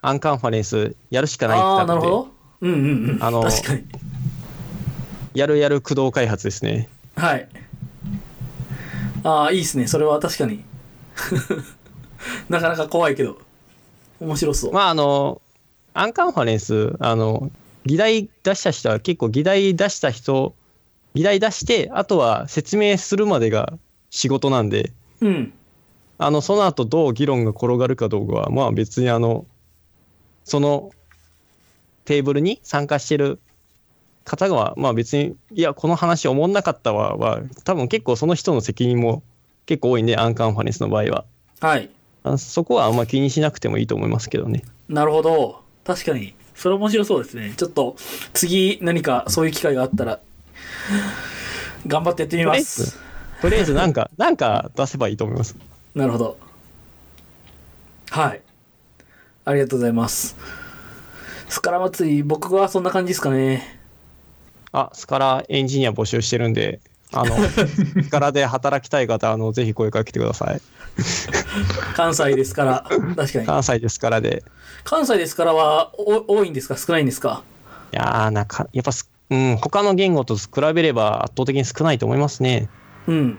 S1: アンカンファレンスやるしかないって
S2: ああー、な
S1: なっ
S2: る
S1: て
S2: ほど。うんうんうん。
S1: あの
S2: 確かに。
S1: やるやる駆動開発ですね。
S2: はい。ああ、いいですね。それは確かに。 なかなか怖いけど。面白そう。
S1: まあ、あの、アンカンファレンス、あの、議題出した人は結構議題出した人、議題出して、あとは説明するまでが仕事なんで、
S2: うん。
S1: あの、その後どう議論が転がるかどうかは、まあ別にあの、そのテーブルに参加してる方が、まあ別に、いや、この話おもんなかったわ、は、多分結構その人の責任も結構多いんで、アンカンファレンスの場合は。
S2: はい。
S1: あそこはあんま気にしなくてもいいと思いますけどね。
S2: なるほど。確かに。それ面白そうですね。ちょっと、次何かそういう機会があったら、頑張ってやってみます。
S1: とりあえずなんか、なんか出せばいいと思います。
S2: なるほど。はい。ありがとうございます。スカラ祭り、僕はそんな感じですかね。
S1: あ、スカラエンジニア募集してるんで、あの、スカラで働きたい方、あの、ぜひ声かけてください。
S2: 関西ですから。確かに。
S1: 関西でスカラで。
S2: 関西ですからは、お多いんですか少ないんですか
S1: いやーなんか、やっぱす、うん、他の言語と比べれば圧倒的に少ないと思いますね。
S2: うん。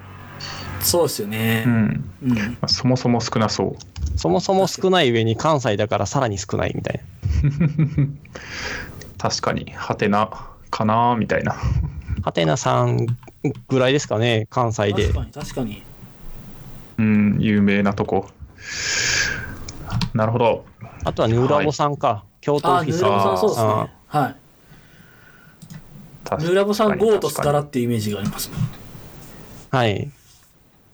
S2: そうですよね
S3: う。ん。
S2: うん。
S3: まあそもそも少なそう。
S1: そもそも少ない上に関西だからさらに少ないみたい
S3: 確かに、はてな、かなーみたいな。
S1: な。ハテナさんぐらいですかね、関西で
S2: 確。かに、確かに。
S3: うん、有名なとこ。なるほど。
S1: あとはヌーラボさんか、京都オ
S2: あ、
S1: フ
S2: ヌ
S1: ィス
S2: ーラボさんそうです
S1: あ
S2: ね。はい。
S3: 確か
S2: ヌ
S3: に
S2: ーラボさんゴーとスカラ
S3: 確か
S2: っていうイメージがありますもん。
S1: はい。
S3: に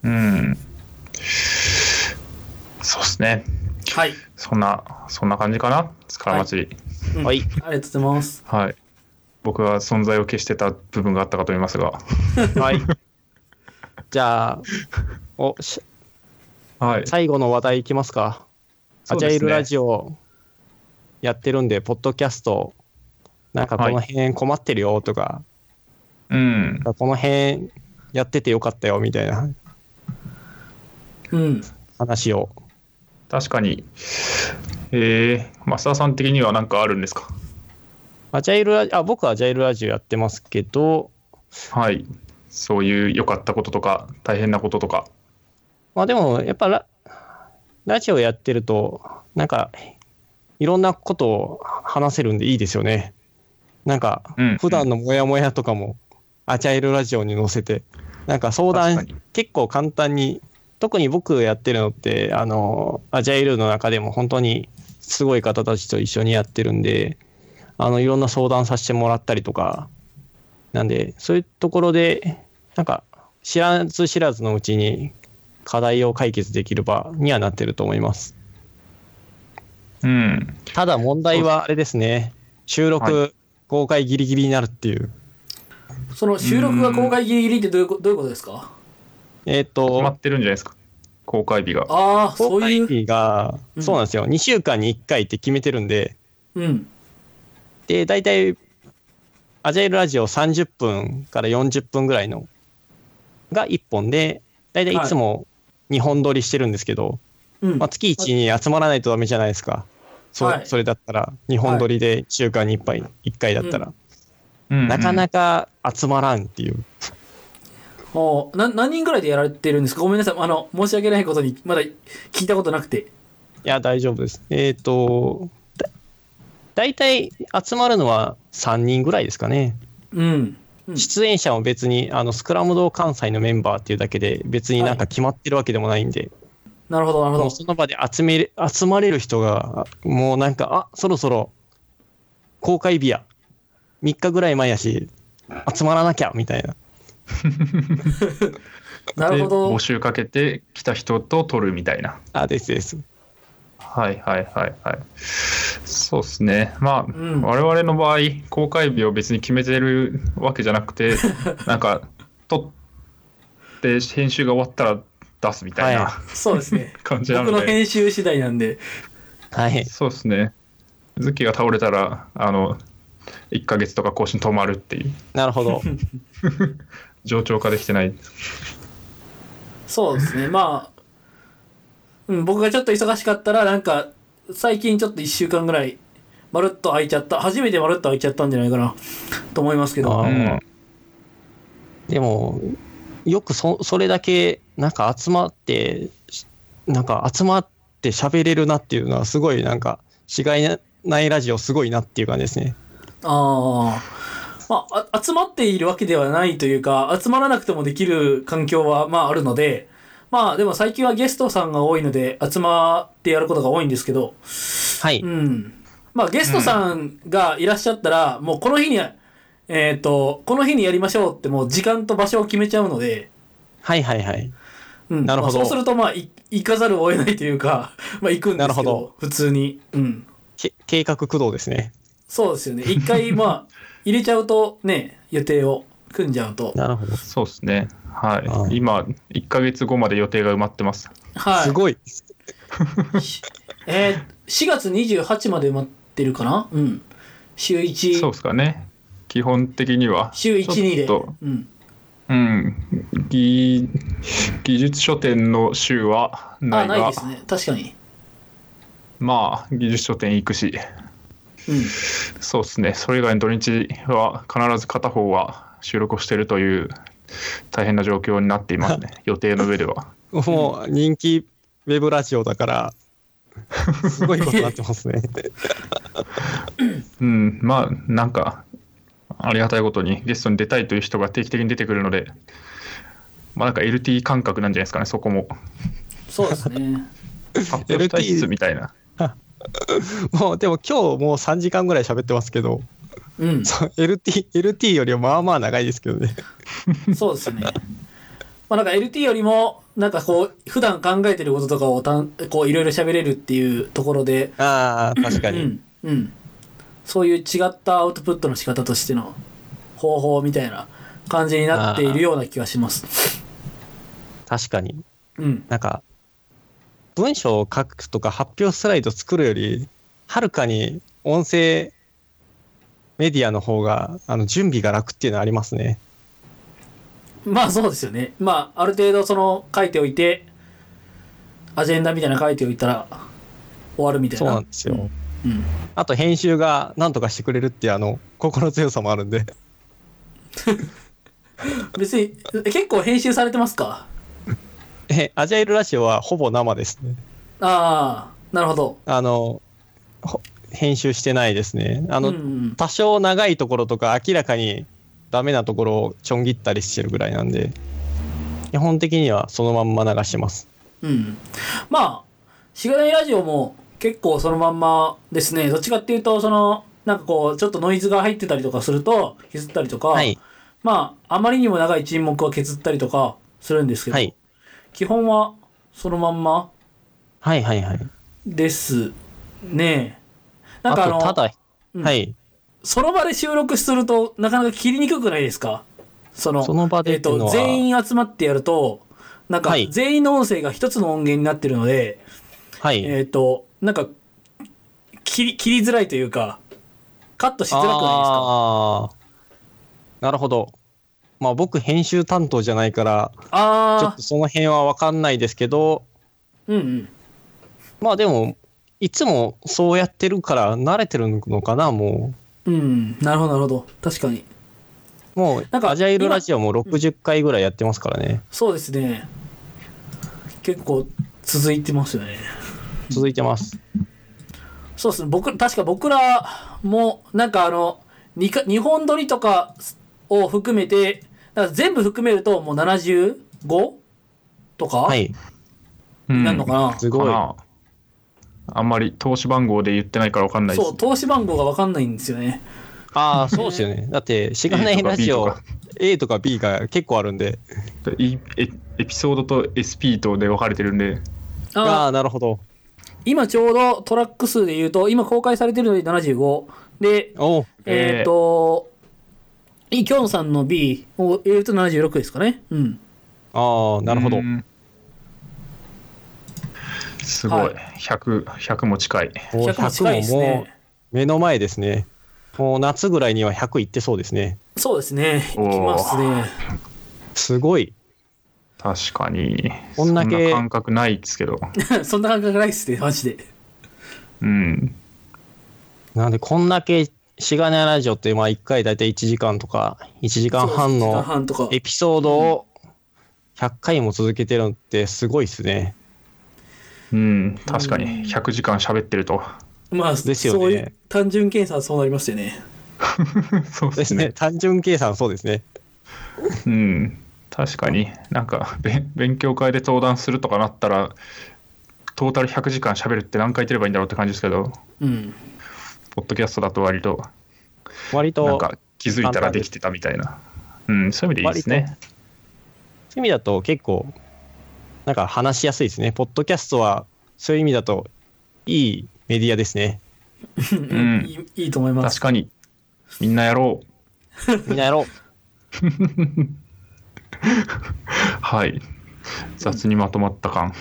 S3: うん。そうですね。
S2: はい。
S3: そんな、そんな感じかな。スカラ祭り。
S2: うん
S1: はい。
S2: ありがとうございます。
S3: はい。僕は存在を消してた部分があったかと思いますが。
S1: はい。じゃあ、お、し
S3: はい。
S1: 最後の話題いきますか。アジャイルラジオやってるんで、ポッドキャスト、なんかこの辺困ってるよとか、
S3: オ。うん。
S1: この辺やっててよかったよみたいな
S2: うん。
S1: 話を。
S3: 確かに。えー、増田さん的には何かあるんですか
S1: アジャイルラあ僕はアジャイルラジオやってますけど、
S3: はい。そういう良かったこととか、大変なこととか。
S1: まあでもやっぱララジオやってると、なんかいろんなことを話せるんでいいですよね。なんか
S3: うん
S1: 普段のモヤモヤとかもアジャイルラジオに載せて、なんか相
S3: 確
S1: 談
S3: かに
S1: 結構簡単に、特に僕やってるのって、あの、アジャイルの中でも本当にすごい方たちと一緒にやってるんで、あの、いろんな相談させてもらったりとか、なんで、そういうところで、なんか、知らず知らずのうちに課題を解決できる場にはなってると思います。
S3: うん。
S1: ただ問題はあれですね、収
S3: は
S1: 録公開ギリギリになるっていう。
S2: その収録が公開ギリギリってどういうこどういうことですか
S1: えっ、
S3: 決ま
S1: と
S3: っ、てるんじゃないですか。公開日が。
S2: ああ、そ
S1: 公
S2: うい
S1: 開
S2: う。
S1: 日が、
S2: うん
S1: そうなんですよ、2週間に1回って決めてるんで、
S2: うん。
S1: で、大体、アジャイルラジオ30分から40分ぐらいのが1本で、大体いつも2本撮りしてるんですけど、
S2: うん
S1: まあ、。月1に集まらないとダメじゃないですか。そ,、
S2: はい
S1: それだったら、2本撮りで1週間に1回 ,1 回だったら、なかな
S3: か。
S1: か集まらんっていう。
S2: おーな何人ぐらいでやられてるんですかごめんなさい。あの、申し訳ないことに、まだ聞いたことなくて。
S1: いや、大丈夫です。えっ、と、だ大体集まるのは3人ぐらいですかね。
S2: うん。うん
S1: 出演者も別に、あのスクラム堂関西のメンバーっていうだけで、別になんか決まってるわけでもないんで、
S2: なるほど、なるほ
S1: もう
S2: ど。
S1: その場で集める集まれる人が、もうなんか、あそろそろ公開日や、3日ぐらい前やし、集まらなきゃみたいな。
S2: なるほ
S3: で
S2: ど
S3: 募。集かけて来た人と取るみたいな。
S1: あ、ですです。
S3: はいはいはいはい。そうですね。まあ、
S2: ん
S3: 我々の場合、公開日を別に決めてるわけじゃな くて、なんか、撮って編集が終わったら出すみたいな
S1: は
S2: そうですね。
S3: 感じな
S2: 僕
S3: の
S2: の
S3: で、
S2: 編集次第なんで、
S1: はい。
S3: そうですね。ズッキーが倒れたら、あの、1ヶ月とか更新止まるっていう、
S1: なるほ ど。
S3: 冗長化できてない。
S2: そうですね。まあ、うん、僕がちょっと忙しかったら、なんか、最近ちょっと1週間ぐらい、まるっと空いちゃった。初めてまるっと空いちゃったんじゃないかな、と思いますけど。
S1: あ
S3: う
S1: ー
S3: ん。
S1: でも、よくそそれだけ、なんか集まって、しなんか集まって喋れるなっていうのは、すごいなんか、しがいないラジオ、すごいなっていう感じですね。
S2: ああ。まあ、あ集まっているわけではないというか、集まらなくてもできる環境は、まあ、あるので、まあ、でも最近はゲストさんが多いので、集まってやることが多いんですけど、
S1: はい。
S2: うん。まあ、ゲストさんがいらっしゃったら、もうこの日に、えっ、と、この日にやりましょうって、もう時間と場所を決めちゃうので、
S1: はいはいはい。
S2: うん。
S1: なるほ
S2: ま
S1: ど
S2: あそうすると、まあ、い行かざるを得ないというか、 まあ、行くんですけど、
S1: なるほど
S2: 普通に。うん。
S1: け計画駆動ですね。
S2: そうですよね。一回、まあ、 入れちゃうとね、予定を組んじゃうと。
S1: なるほど。
S3: そうですね。は
S1: あ
S3: い。今、1ヶ月後まで予定が埋まってます。
S2: はい。
S1: すごい。
S2: えー、4月28まで埋まってるかなうん。週
S3: そう
S2: 1、
S3: ですかね。基本的には。
S2: 週1、2で。
S3: ちょっと
S2: うん。
S3: うん、技技術書店の週はな
S2: あ、
S3: い
S2: ない
S3: が
S2: ですね。確かに。
S3: まあ技術書店行くし
S2: うん。
S3: そうですねそれ以外の土日は必ず片方は収録をしてるという大変な状況になってい ますね予定の上では
S1: もう人気ウェブラジオだから、すごいことになってますね。
S3: うんまあなんかありがたいことにゲストに出たいという人が定期的に出てくるのでまあなんか LT 感覚なんじゃないですかねそこも
S2: そうですね。
S3: 発表したいっすみたいな
S1: もう、でも今日もう3時間ぐらい喋ってますけど、
S2: うん。
S1: そう LT、LT よりはまあまあ長いですけどね。
S2: そうですね。まあなんか LT よりも、なんかこう、普段考えてることとかをたん、こう、いろいろ喋れるっていうところで、
S1: ああ、確か
S2: う。ん。うん。そういう違ったアウトプットの仕方としての方法みたいな感じになっているような気がします。
S1: 確かに。
S2: うん。
S1: なんか、文章を書くとか発表スライド作るより、はるかに音声メディアの方が、あの、準備が楽っていうのはありますね。
S2: まあそうですよね。まあある程度その書いておいて、アジェンダみたいなの書いておいたら終わるみたい
S1: そう
S2: な。
S1: なんですよ。
S2: うん。
S1: あと編集が何とかしてくれるっていうあの心強さもあるんで
S2: 別に、え結構編集されてますか
S1: え アジャイルラジオはほぼ生ですね
S2: ああ、なるほど。
S1: あのほ編集してないですねあ
S2: あ
S1: の、
S2: うんうん、
S1: 多少長いところとか明らかにダメなところをちょん切ったりしてるぐらいなんで基本的にはそのまんま流してます
S2: うん。まあ、しがないラジオも結構そのまんまですね。どっちかっていうと、その、なんかこう、ちょっとノイズが入ってたりとかすると、削ったりとか、
S1: はい
S2: まあ、あまりにも長い沈黙は削ったりとかするんですけど、
S1: はい
S2: 基本はそのまんま
S1: はいはいはい
S2: ですね。なん
S1: あ
S2: かあの、
S1: とただ、
S2: うん
S1: はい
S2: その場で収録すると、なかなか切りにくくないですかその、
S1: その場
S2: え
S1: で
S2: っ
S1: っていうの
S2: と、
S1: は、
S2: 全員集まってやると、なんか
S1: はい、
S2: 全員の音声が一つの音源になってるので、
S1: はい、
S2: えっと、なんか、切り、切りづらいというか、カットしづらくないですか
S1: あーなるほどまあ僕編集担当じゃないから
S2: あ
S1: ちょ
S2: あ
S1: っとその辺は分かんないですけど、
S2: うんうん。
S1: まあでも、いつもそうやってるから慣れてるのかな、も
S2: うん、なるほど、なるほど。確かに。
S1: う。もう、
S2: なんか
S1: アジャイルラジオも60回ぐらいやってますからね。
S2: そうですね。結構続いてますよね。
S1: 続いてます。
S2: そうですね。僕、確か僕らも、なんかあの、二か二本撮りとかを含めて、だから全部含めるともう 75? とか、
S1: はい。
S3: うん
S2: なんのかな、
S1: すごい
S3: か。なあんまり投資番号で言ってないから分かんないです
S2: そう、投資番号がわかんないんですよね。
S1: ああ、そうですよね。だって、しがないラジオ、A とか B が結構あるんで。
S3: いエエピソードと SP とで分かれてるんで、
S1: あ
S2: あ
S1: あ、なるほど。
S2: 今ちょうどトラック数で言うと、今公開されてるので75。で、
S1: おう
S2: えっ、
S3: えー
S2: と、イ・キョンさんの B を入れると76ですかね。うん。
S1: ああ、なるほど
S3: う。んすごい、
S2: はい
S3: 100 100も近い
S1: もう
S2: 100も近いです
S1: 100もも
S2: ね。
S1: う目の前ですね。もう夏ぐらいには100いってそうですね。
S2: そうですね。いき
S3: おー
S2: ますね。
S1: すごい。
S3: 確かに
S1: こんだけ
S3: そな感覚ないですけど
S2: そんな感覚ないっすね、マジで。
S3: うん
S1: なんで、こんだけ、しがないラジオって、まあ、1回大体1時間とか、1時間半
S2: そうですね時間
S1: の
S2: 半とか。
S1: エピソードを100回も続けてるのってすごいですね。
S3: うん確か
S2: うん
S3: に100時間喋って ると
S2: まあ、
S1: ですよね
S2: そういう単純計算そうなりますよね。
S3: そうで
S1: ですすね。
S3: ね
S1: 単純計算、そうですね。
S3: うん確かになんかべ勉強会で登壇するとかなったらトータル100時間喋るって何回言ってればいいんだろうって感じですけど
S2: うん。
S3: ポッドキャストだと割と
S1: 割と、
S3: なん
S1: そう
S3: か気づいたらできてたみたいなうんそういう意味でいいですね
S1: いう意味だと結構、なんか話しやすいですね。ポッドキャストは、そういう意味だと、いいメディアですね。
S3: ん
S2: いいいいと思います
S3: 確。かにみんなやろう
S1: みんなやろう。
S3: はい雑にまとまった感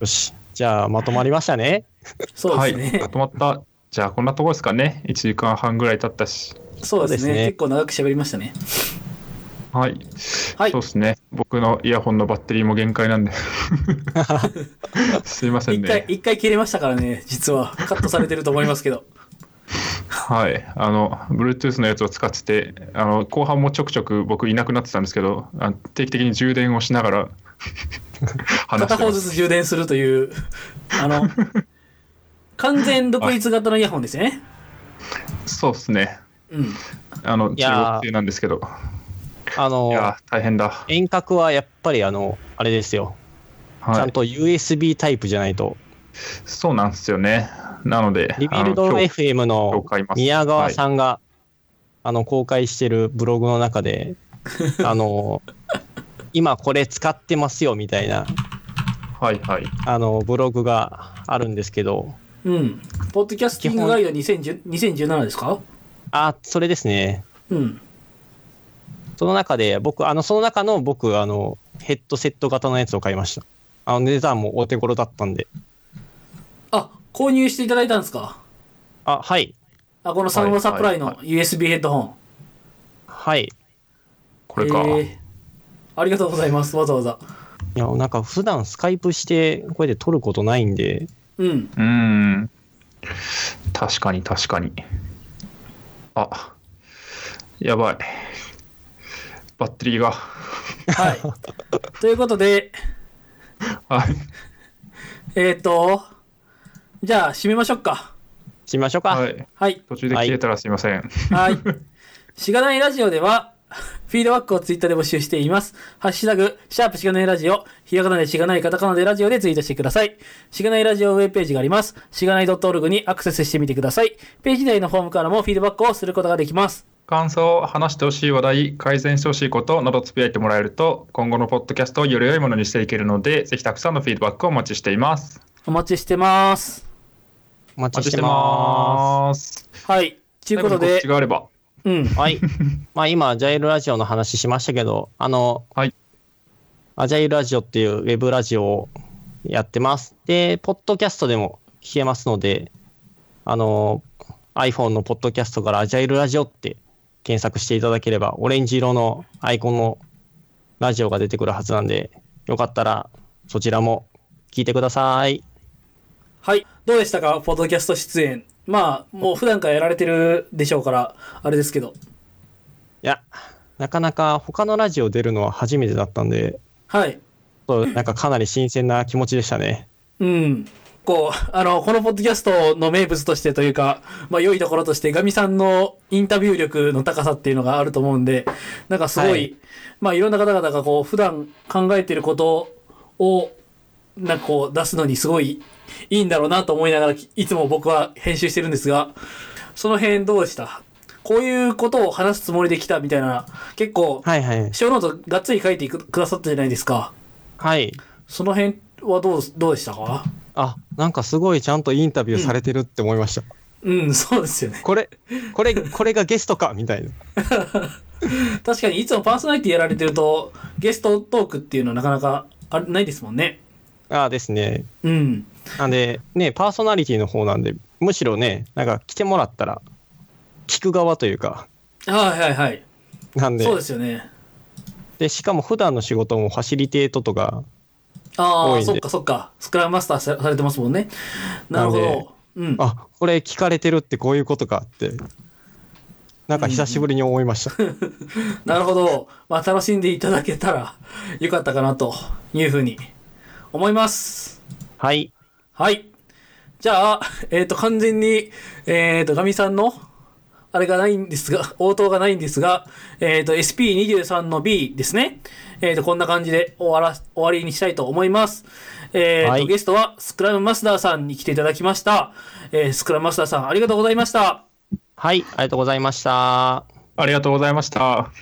S1: よし。じゃあ、まとまりましたね。
S2: そうですね。
S3: はい、まとまった。じゃあ、こんなとこですかね。1時間半ぐらい経ったし。
S2: そうです
S1: そうです
S2: ね。
S1: ね
S2: 結構長く喋りましたね。
S3: はい。
S2: はい
S3: そうですね。僕のイヤホンのバッテリーも限界 なんで。すいません
S2: 一回
S3: ね、。
S2: 一回切れましたからね、実は。カットされてると思いますけど。
S3: はい。あの、Bluetooth のやつを使ってて、あの、後半もちょくちょく僕いなくなってたんですけど、あ定期的に充電をしな がら話
S2: 片
S3: して
S2: 方
S3: ま
S2: ず
S3: す。
S2: つ充電するという、あ の、完全独立型のイヤホンですよね。
S3: そうですね。
S2: うん。
S3: あ
S1: い
S3: の、中
S1: やー
S3: 国系なんですけど。
S1: あの
S3: いやー、大変だ。
S1: 遠隔はやっぱりあの、あれですよ、ちゃ
S3: は
S1: ん
S3: い。
S1: と USB タイプじゃないと、
S3: そうなんですよね。なので、
S1: リビルド
S3: あの今日
S1: FM
S3: 今
S1: の
S3: 日買います
S1: 宮川さんが、あの公開してるブログの中 で、あの今これ使ってますよみたいな
S3: はいはい。
S1: あのブログがあるんですけど、
S2: うん。ポッドキャスティングガイド2010 2017ですか
S1: あ、それですね。
S2: うん。
S1: その中で僕、あのその中の僕、あのヘッドセット型のやつを買いました。あの値段もお手頃だったんで。
S2: あ、購入していただいたんですか
S1: あ、はい。
S2: あ、このサウンドサプライの
S3: はい
S2: USB ヘッドホン。
S1: はい。
S3: これか。
S2: えーありがとうございます、わざわざ。
S1: いや、なんか普段スカイプして、これで撮ることないんで、
S2: うん。
S3: うーん。確かに確かに。あ、やばい。バッテリーが。
S2: はい。 ということで、
S3: はい。
S2: えっ、ー、と、じゃあ、締めましょうか。
S1: しましょうか。
S3: はい。
S2: はい。
S3: 途中で切れたらすいません。
S2: はい。しがないラジオでは、フィードバックをツイッターで募集しています。ハッシュタグ、シャープしがないラジオ、ひらがなでしがないカタカナでラジオでツイートしてください。しがないラジオウェブページがあります。しがない .org にアクセスしてみてください。ページ内のフォームからもフィードバックをすることができます。
S3: 感想、話してほしい話題、改善してほしいことなどつぶやいてもらえると、今後のポッドキャストをより良いものにしていけるので、ぜひたくさんのフィードバックをお待ちしています。
S2: お待ちしてます。
S1: お待
S3: お
S1: ち
S3: 待ち
S1: し
S3: してて
S1: ま
S3: ます。
S2: はい。ということで
S3: 最後に告知、があれば。
S2: うん。
S1: す。 はい。まあ今、アジャイルラジオの話しましたけど、あの、
S3: はい
S1: アジャイルラジオっていうウェブラジオをやってます。で、ポッドキャストでも聞けますので、あの、iPhone のポッドキャストからアジャイルラジオって検索していただければ、オレンジ色のアイコンのラジオが出てくるはずなんで、よかったらそちらも聞いてください。
S2: はい。どうでしたかポッドキャスト出演。まあ、もう普段からやられてるでしょうから、あれですけど。
S1: いや、なかなか他のラジオ出るのは初めてだったんで、
S2: はい。
S1: そうなんかかなり新鮮な気持ちでしたね。
S2: うん。こう、あの、このポッドキャストの名物としてというか、まあ良いところとして、ガミさんのインタビュー力の高さっていうのがあると思うんで、なんかすごい、
S1: はい
S2: まあいろんな方々がこう、普段考えてることを、なんかこう、出すのにすごいいいんだろうなと思いながら、いつも僕は編集してるんですが、その辺どうでしたこういうことを話すつもりで来たみたいな、結構、
S1: はいはい。
S2: 小ノートがっつり書いてくくださったじゃないですか。
S1: はい。
S2: その辺はどう、どうでしたか
S1: あ、なんかすごいちゃんとインタビューされてるって思いました。
S2: うん、そうですよね。
S1: これ、これ、これがゲストかみたいな。
S2: 確かに、いつもパーソナリティやられてると、ゲストトークっていうのはなかなかあないですもんね。
S1: ああですね。
S2: うん。
S1: なんで、ね、パーソナリティの方なんで、むしろね、なんか来てもらったら、聞く側というか、
S2: はいはいはい。
S1: なんで
S2: そうですよね。
S1: で、しかも普段の仕事もファシリテートとか、
S2: あ
S1: 多いん
S2: あ、
S1: で
S2: そっかそっか。スクラムマスターさされてますもんね。なるほ
S1: なんで
S2: ど。うん。
S1: あ、これ聞かれてるってこういうことかって、なんか久しぶりに思いました。
S2: なるほど。まあ、楽しんでいただけたらよかったかなというふうに思います。
S1: はい。
S2: はい。じゃあ、 えっ、と、完全に、えっ、と、ガミさんの、あれがないんですが、 応答がないんですが、えっ、と、SP23 の B ですね。えっ、と、こんな感じで終わら、終わりにしたいと思います。えっ、と、
S1: はい
S2: ゲストは、スクラムマスターさんに来ていただきました。えースクラムマスターさん、ありがとうございました。
S1: はい、ありがとうございました。
S3: ありがとうございました。